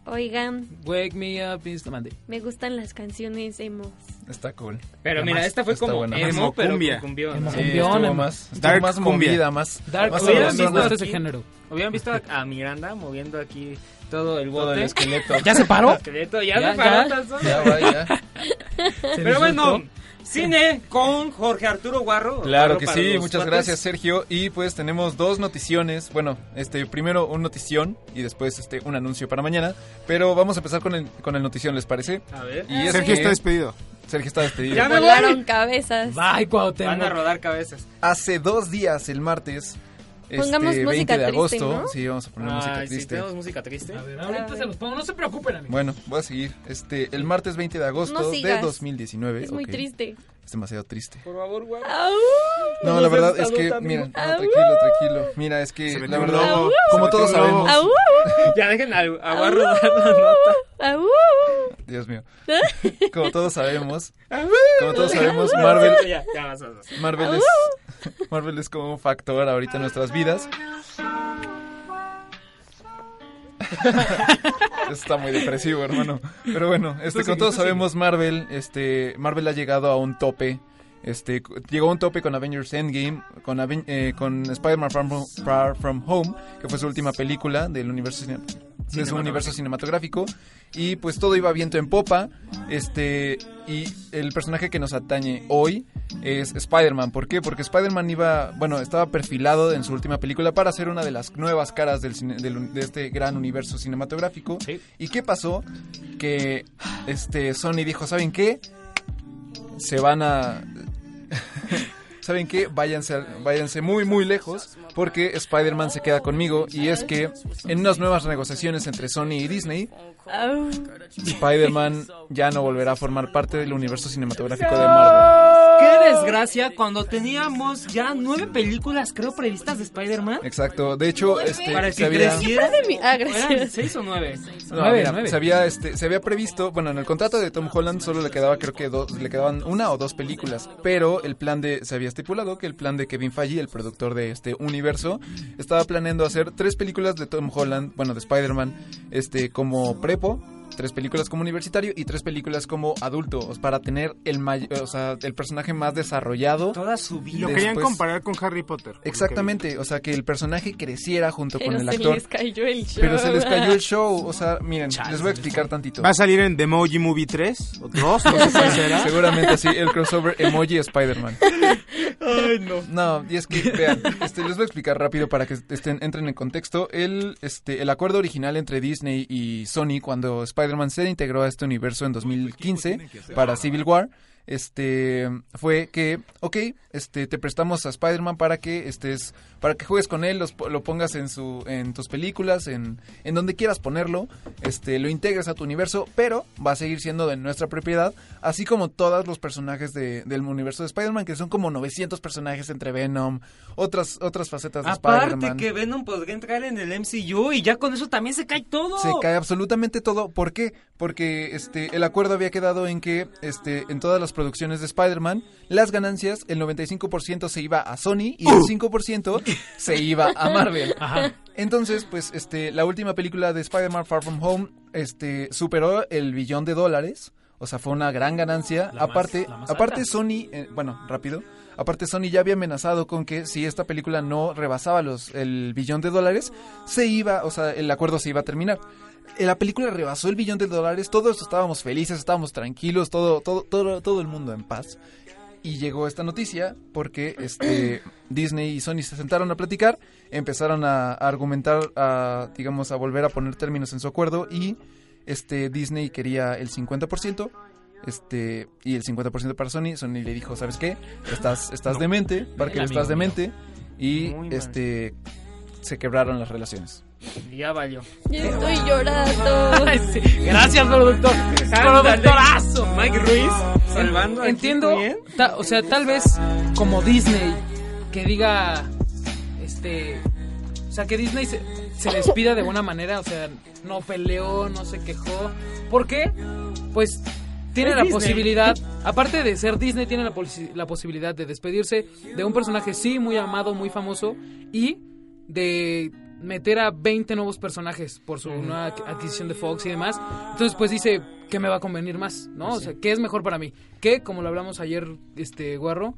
Speaker 4: Oigan,
Speaker 2: Wake me up, instantamente.
Speaker 4: me gustan las canciones emo.
Speaker 5: Está cool.
Speaker 1: Pero mira, esta fue
Speaker 5: está
Speaker 1: como
Speaker 5: buena.
Speaker 1: emo,
Speaker 5: Emo
Speaker 1: pero
Speaker 5: cumbia.
Speaker 1: con cumbión.
Speaker 5: Emo
Speaker 1: Sí,
Speaker 5: cumbión,
Speaker 1: estuvo
Speaker 5: emo. Estuvo
Speaker 1: dark
Speaker 5: más
Speaker 1: cumbia.
Speaker 5: movida, más-
Speaker 1: Dark
Speaker 5: más
Speaker 1: ¿Hubieran
Speaker 5: avanzada.
Speaker 1: visto
Speaker 5: Me gusta
Speaker 2: este
Speaker 1: aquí-
Speaker 5: ese género.
Speaker 1: Hubieran visto a, a Miranda moviendo aquí todo el bote.
Speaker 5: el esqueleto.
Speaker 2: ¿Ya se paró?
Speaker 1: <laughs> El esqueleto, ya,
Speaker 2: Ya,
Speaker 1: se paró.
Speaker 2: ya.
Speaker 1: tan solo.
Speaker 2: Ya va, <laughs> ya.
Speaker 1: Pero bueno,
Speaker 5: disfrutó.
Speaker 1: cine con Jorge Arturo Guarro.
Speaker 5: Claro
Speaker 1: Guarro
Speaker 5: que
Speaker 1: para
Speaker 5: sí,
Speaker 1: los
Speaker 5: muchas
Speaker 1: cuates.
Speaker 5: gracias Sergio. Y pues tenemos dos noticiones. Bueno, este primero un notición y después este un anuncio para mañana. Pero vamos a empezar con el, con el notición, ¿les parece?
Speaker 1: A ver.
Speaker 5: Y es
Speaker 6: Sergio
Speaker 5: que-
Speaker 6: está despedido.
Speaker 5: Sergio está despedido.
Speaker 4: Ya Volaron cabezas.
Speaker 1: Van a rodar cabezas.
Speaker 5: Hace dos días, el martes.
Speaker 4: Pongamos
Speaker 5: este,
Speaker 4: música
Speaker 5: 20 de
Speaker 4: triste,
Speaker 5: agosto.
Speaker 4: ¿no?
Speaker 5: Sí, vamos a poner
Speaker 1: Ay,
Speaker 5: música
Speaker 1: sí,
Speaker 5: triste.
Speaker 1: tenemos música triste. A ver,
Speaker 2: Ahorita se los pongo, no se preocupen, amigos.
Speaker 5: Bueno, voy a seguir. Este, el martes 20 de agosto
Speaker 2: No
Speaker 5: de
Speaker 2: sigas.
Speaker 5: 2019.
Speaker 2: Es muy
Speaker 5: ok.
Speaker 2: triste.
Speaker 5: Es demasiado triste.
Speaker 1: Por favor, Guarro.
Speaker 5: No, la verdad es que, mira, no, tranquilo, tranquilo. Mira, es que la
Speaker 1: un
Speaker 5: verdad,
Speaker 1: lobo,
Speaker 5: como
Speaker 1: se metió
Speaker 5: todos
Speaker 1: un lobo.
Speaker 5: sabemos,
Speaker 2: Uh,
Speaker 1: Au. Ya dejen al a Guarro dar la nota.
Speaker 5: <laughs> Dios mío, como todos sabemos, como todos sabemos, Marvel,
Speaker 1: Ya, ya vas, vas, vas.
Speaker 5: Marvel es, Marvel es como un factor ahorita en nuestras vidas. Está muy depresivo, hermano. Pero bueno,
Speaker 6: Tú
Speaker 5: este,
Speaker 6: sigue,
Speaker 5: como todos
Speaker 6: tú sigue.
Speaker 5: sabemos, Marvel, este, Marvel ha llegado a un tope. Este, cu- llegó a un tope con Avengers Endgame, con, Aven- eh, con Spider-Man Far From, Far From Home, que fue su última película del universo cine- de su
Speaker 6: Cinematográfico.
Speaker 5: universo cinematográfico. Y pues todo iba viento en popa. Este, y el personaje que nos atañe hoy es Spider-Man. ¿Por qué? Porque Spider-Man iba, bueno, estaba perfilado en su última película para ser una de las nuevas caras del cine- del un- de este gran universo cinematográfico. ¿Y qué pasó? Que este, Sony dijo, ¿saben qué? Se van a... <laughs> ¿saben qué? Váyanse, al- váyanse muy, muy lejos porque Spider-Man se queda conmigo y es que en unas nuevas negociaciones entre Sony y Disney, Spider-Man ya no volverá a formar parte del universo cinematográfico de Marvel.
Speaker 1: Qué desgracia cuando teníamos ya nueve películas, creo, previstas de Spider-Man.
Speaker 5: Exacto, de hecho,
Speaker 1: Pues
Speaker 5: este,
Speaker 1: Para
Speaker 5: se
Speaker 1: que
Speaker 5: había-
Speaker 1: creciera.
Speaker 3: Siempre de mi- ah, gracias.
Speaker 1: Eran seis o nueve.
Speaker 5: No, mira, Se, había, este, se había previsto, bueno, en el contrato de Tom Holland solo le quedaba, creo que dos, le quedaban una o dos películas, pero el plan de, se había estipulado que el plan de Kevin Feige, el productor de este universo, estaba planeando hacer tres películas de Tom Holland, bueno, de Spider-Man, este, como prepo, tres películas como universitario y tres películas como adulto, o sea, para tener el, may- o sea, el personaje más desarrollado.
Speaker 1: Toda su vida.
Speaker 6: Lo querían comparar con Harry Potter.
Speaker 5: Exactamente, o sea, que el personaje creciera junto
Speaker 3: Pero
Speaker 5: con el
Speaker 3: se
Speaker 5: actor.
Speaker 3: les cayó el show.
Speaker 5: Pero se les cayó el show, o sea, miren, les voy a explicar tantito.
Speaker 6: ¿Va a salir en The Emoji Movie 3 o 2? No sé cuál será.
Speaker 5: Seguramente sí, el crossover emoji Spider-Man.
Speaker 6: Ay, no.
Speaker 5: No, y es que, vean, este, les voy a explicar rápido para que estén, entren en contexto. El, este, el acuerdo original entre Disney y Sony cuando Spider-Man se integró a este universo en 2015 para Civil War. Este fue que, ok, este, te prestamos a Spider-Man para que estés, para que juegues con él, los po- lo pongas en su, en tus películas, en, en donde quieras ponerlo, este, lo integres a tu universo, pero va a seguir siendo de nuestra propiedad, así como todos los personajes de- del universo de Spider-Man, que son como 900 personajes entre Venom, otras, otras facetas de
Speaker 1: Aparte
Speaker 5: Spider-Man.
Speaker 1: que Venom podría entrar en el MCU y ya con eso también se cae todo.
Speaker 5: Se cae absolutamente todo. ¿Por qué? Porque este, el acuerdo había quedado en que este, en todas las producciones de Spider-Man, las ganancias, el 95% se iba a Sony y el 5% se iba a Marvel.
Speaker 2: Uh. <laughs> Ajá.
Speaker 5: Entonces, pues, este, la última película de Spider-Man Far From Home este, superó el billón de dólares. O sea, fue una gran ganancia.
Speaker 2: La más-
Speaker 5: aparte,
Speaker 2: la más
Speaker 5: aparte
Speaker 2: alta.
Speaker 5: Sony, eh, bueno, rápido. Aparte Sony ya había amenazado con que si esta película no rebasaba los el billón de dólares, se iba, o sea, el acuerdo se iba a terminar. Eh, La película rebasó el billón de dólares, todos estábamos felices, estábamos tranquilos, todo todo todo todo el mundo en paz. Y llegó esta noticia porque este <clears throat> Disney y Sony se sentaron a platicar, empezaron a, a argumentar, a, digamos, a volver a poner términos en su acuerdo y este Disney quería el 50%, este y el 50% para Sony. Sony le dijo, ¿sabes qué? Estás, estás
Speaker 2: No.
Speaker 5: demente, Parker,
Speaker 1: El
Speaker 5: estás
Speaker 1: amigo
Speaker 5: demente y
Speaker 1: Muy mal.
Speaker 5: este se quebraron las relaciones.
Speaker 1: Ya valió.
Speaker 3: Yo estoy llorando.
Speaker 2: <laughs> Ay, sí. Gracias, productor.
Speaker 1: Ándale.
Speaker 2: Productorazo.
Speaker 1: Mike Ruiz salvando. aquí
Speaker 2: Entiendo,
Speaker 1: también.
Speaker 2: ta- o sea, tal vez como Disney que diga, este, o sea, que Disney se, se despida de buena manera, o sea, no peleó, no se quejó. ¿Por qué? Pues tiene
Speaker 1: Es
Speaker 2: la
Speaker 1: Disney.
Speaker 2: posibilidad, aparte de ser Disney, tiene la, posi- la posibilidad de despedirse de un personaje, sí, muy amado, muy famoso, y de meter a 20 nuevos personajes por su nueva adqu- adquisición de Fox y demás. Entonces, pues dice, ¿qué me va a convenir más? ¿No? O sea, ¿qué es mejor para mí? Que, como lo hablamos ayer, este, Guarro,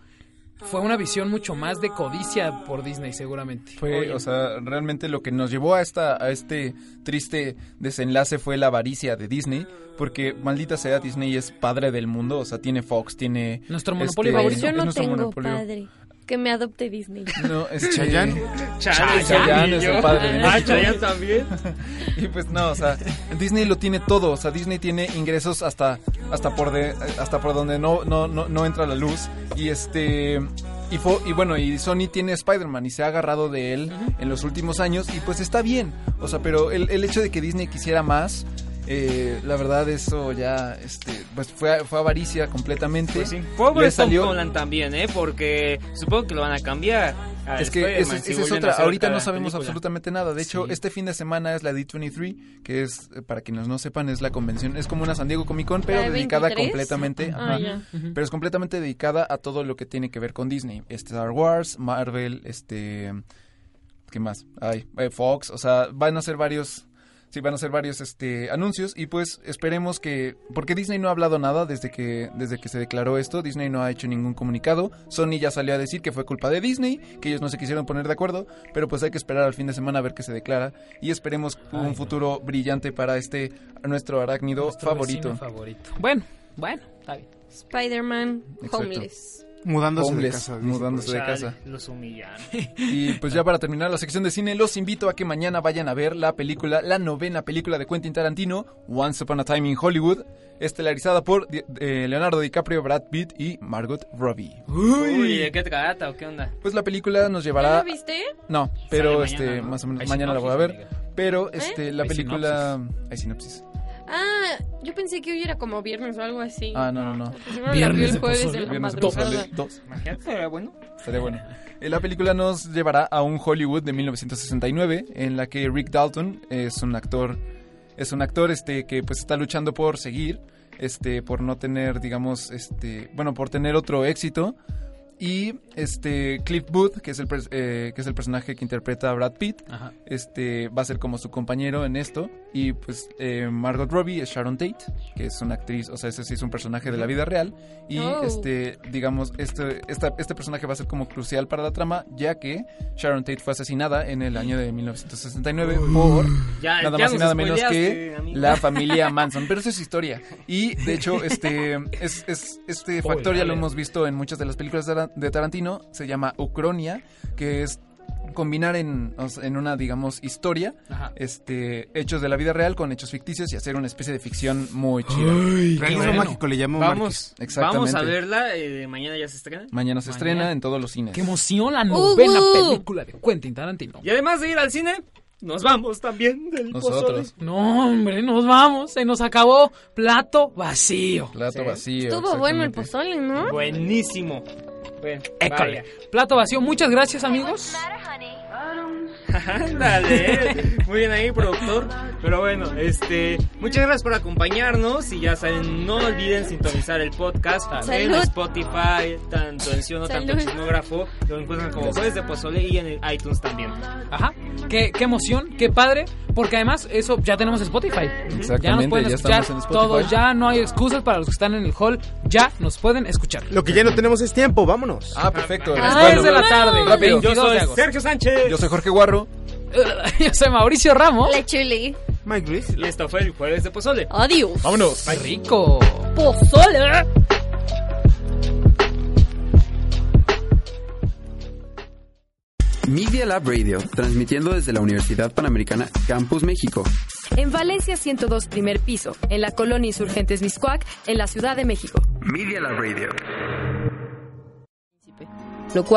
Speaker 2: fue una visión mucho más de codicia por Disney, seguramente.
Speaker 5: Fue,
Speaker 2: Oye,
Speaker 5: o sea, realmente lo que nos llevó a esta a este triste desenlace fue la avaricia de Disney, porque maldita sea Disney es padre del mundo, o sea, tiene Fox, tiene
Speaker 2: Nuestro
Speaker 5: monopolio
Speaker 1: Este,
Speaker 5: favorito.
Speaker 7: Yo
Speaker 5: es
Speaker 7: no
Speaker 5: nuestro
Speaker 7: tengo
Speaker 5: monopolio.
Speaker 7: padre. Que me adopte Disney.
Speaker 5: No, es
Speaker 6: Chayanne.
Speaker 5: Chayanne,
Speaker 1: Chayanne,
Speaker 5: Chayanne es
Speaker 1: yo.
Speaker 5: el padre. de
Speaker 1: Ah,
Speaker 5: México.
Speaker 1: Chayanne también.
Speaker 5: <laughs> y pues no, o sea, Disney lo tiene todo, o sea, Disney tiene ingresos hasta hasta por de, hasta por donde no no no, no entra la luz y este y, fo- y bueno, y Sony tiene Spider-Man y se ha agarrado de él en los últimos años y pues está bien. O sea, pero el, el hecho de que Disney quisiera más, eh, la verdad eso ya este, pues fue, fue avaricia completamente.
Speaker 1: Pues sí. Pobre
Speaker 5: Le salió-
Speaker 1: Tom Holland también, ¿eh? Porque supongo que lo van a cambiar. a
Speaker 5: Es que
Speaker 1: Ah, Spider-Man
Speaker 5: esa es, esa
Speaker 1: si
Speaker 5: es
Speaker 1: vuelven a
Speaker 5: otra.
Speaker 1: hacer
Speaker 5: Ahorita
Speaker 1: otra
Speaker 5: no sabemos
Speaker 1: película.
Speaker 5: absolutamente nada. De hecho,
Speaker 1: Sí.
Speaker 5: este fin de semana es la D23, que es, eh, para quienes no sepan, es la convención. Es como una San Diego Comic Con, pero
Speaker 3: ¿La de
Speaker 5: dedicada
Speaker 3: 23?
Speaker 5: completamente.
Speaker 3: Ah,
Speaker 5: ajá,
Speaker 3: ya. Ujú.
Speaker 5: Pero es completamente dedicada a todo lo que tiene que ver con Disney: Este, Star Wars, Marvel, este. ¿Qué más? Ay, eh, Fox. O sea, van a ser varios. Sí, van a ser varios este, anuncios y pues esperemos que... Porque Disney no ha hablado nada desde que, desde que se declaró esto, Disney no ha hecho ningún comunicado, Sony ya salió a decir que fue culpa de Disney, que ellos no se quisieron poner de acuerdo, pero pues hay que esperar al fin de semana a ver qué se declara y esperemos un futuro brillante para este nuestro arácnido
Speaker 2: nuestro
Speaker 5: favorito.
Speaker 2: vecino favorito. Bueno, bueno, está bien.
Speaker 7: Spider-Man
Speaker 5: Exacto.
Speaker 7: Homeless.
Speaker 15: Mudándose de
Speaker 5: homeless,
Speaker 15: casa, dice. pues.
Speaker 5: Mudándose de
Speaker 15: Chale.
Speaker 5: casa.
Speaker 1: Los humillan.
Speaker 5: Y pues ya para terminar la sección de cine, los invito a que mañana vayan a ver la película, la novena película de Quentin Tarantino, Once Upon a Time in Hollywood, estelarizada por di- eh, Leonardo DiCaprio, Brad Pitt y Margot Robbie.
Speaker 1: Uy, ¿de qué trata o qué onda?
Speaker 5: Pues la película nos llevará...
Speaker 1: ¿Ya la viste?
Speaker 5: No, pero
Speaker 1: Sale
Speaker 5: este,
Speaker 1: mañana, ¿no?
Speaker 5: más o menos
Speaker 1: Hay
Speaker 5: mañana la voy a ver. Pero este, la
Speaker 1: Hay
Speaker 5: película... Hay sinopsis.
Speaker 4: Ah, yo pensé que hoy era como viernes o algo así.
Speaker 5: Ah, no, no, no.
Speaker 4: Seguro la vi el jueves
Speaker 5: pozole,
Speaker 4: en la
Speaker 5: viernes de
Speaker 4: madrugada.
Speaker 5: pozole, dos.
Speaker 1: Imagínate, era bueno.
Speaker 5: Estaría bueno. Eh, La película nos llevará a un Hollywood de 1969 en la que Rick Dalton es un actor es un actor este que pues está luchando por seguir, este por no tener digamos este, bueno, por tener otro éxito y este Cliff Booth, que es el pers- eh, que es el personaje que interpreta a Brad Pitt,
Speaker 2: Ajá.
Speaker 5: este va a ser como su compañero en esto y pues eh, Margot Robbie es Sharon Tate, que es una actriz, o sea, ese sí es un personaje de la vida real y
Speaker 23: Oh.
Speaker 5: este digamos este esta- este personaje va a ser como crucial para la trama ya que Sharon Tate fue asesinada en el año de 1969 por
Speaker 1: Ya-
Speaker 5: nada
Speaker 1: ya
Speaker 5: más y
Speaker 1: nos
Speaker 5: nada menos que
Speaker 1: spoileaste, amigo.
Speaker 5: la familia Manson, pero eso es historia y de hecho este es- es- este factor ya lo
Speaker 1: Spoiler.
Speaker 5: hemos visto en muchas de las películas de Tara- de Tarantino, se llama Ucronia, que es combinar en, o sea, en una, digamos, historia,
Speaker 2: Ajá.
Speaker 5: este, hechos de la vida real con hechos ficticios y hacer una especie de ficción muy chida.
Speaker 15: Ay, Realismo qué bueno. mágico le llamo
Speaker 5: Vamos, exactamente.
Speaker 1: Vamos a verla, eh, mañana ya se estrena.
Speaker 5: Mañana se estrena en todos los cines.
Speaker 2: ¡Qué emoción! La novena película de Quentin Tarantino.
Speaker 1: Y además de ir al cine, nos vamos también del pozole.
Speaker 2: No, hombre, nos vamos. Se nos acabó plato vacío.
Speaker 5: Plato vacío.
Speaker 24: Estuvo bueno el pozole, ¿no?
Speaker 1: Buenísimo. Bueno,
Speaker 2: École.
Speaker 1: vaya. <laughs>
Speaker 2: Plato vacío. Muchas gracias, amigos.
Speaker 1: Ándale, eh. muy bien ahí, productor. Pero bueno, este, muchas gracias por acompañarnos y ya saben, no olviden sintonizar el podcast en
Speaker 4: Salud.
Speaker 1: Spotify, tanto en Siono, tanto en
Speaker 4: Salud.
Speaker 1: Chismógrafo, lo encuentran como jueves de pozole y pues, en el iTunes también.
Speaker 2: Ajá. Qué, qué emoción, qué padre. Porque además, eso ya tenemos Spotify. Ya nos
Speaker 5: Exactamente,
Speaker 2: pueden
Speaker 5: ya
Speaker 2: escuchar
Speaker 5: estamos en Spotify.
Speaker 2: todos. Ya no hay excusas para los que están en el hall. Ya nos pueden escuchar.
Speaker 15: Lo que ya no tenemos es tiempo, vámonos.
Speaker 5: Ah, perfecto.
Speaker 2: Ah, Tres de la tarde.
Speaker 5: Rápido.
Speaker 2: 22 de agosto.
Speaker 1: Sergio Sánchez.
Speaker 5: Yo soy Jorge Guarro.
Speaker 2: Yo soy Mauricio Ramos.
Speaker 24: La chuli.
Speaker 15: Mike Luis.
Speaker 1: Y esto fue el jueves de pozole.
Speaker 24: Adiós.
Speaker 5: Vámonos.
Speaker 2: Qué rico.
Speaker 24: Pozole.
Speaker 9: Media Lab Radio, transmitiendo desde la Universidad Panamericana Campus México.
Speaker 21: En Valencia 102, primer piso, en la colonia Insurgentes Miscuac, en la Ciudad de México.
Speaker 9: Media Lab Radio.
Speaker 21: Lo cual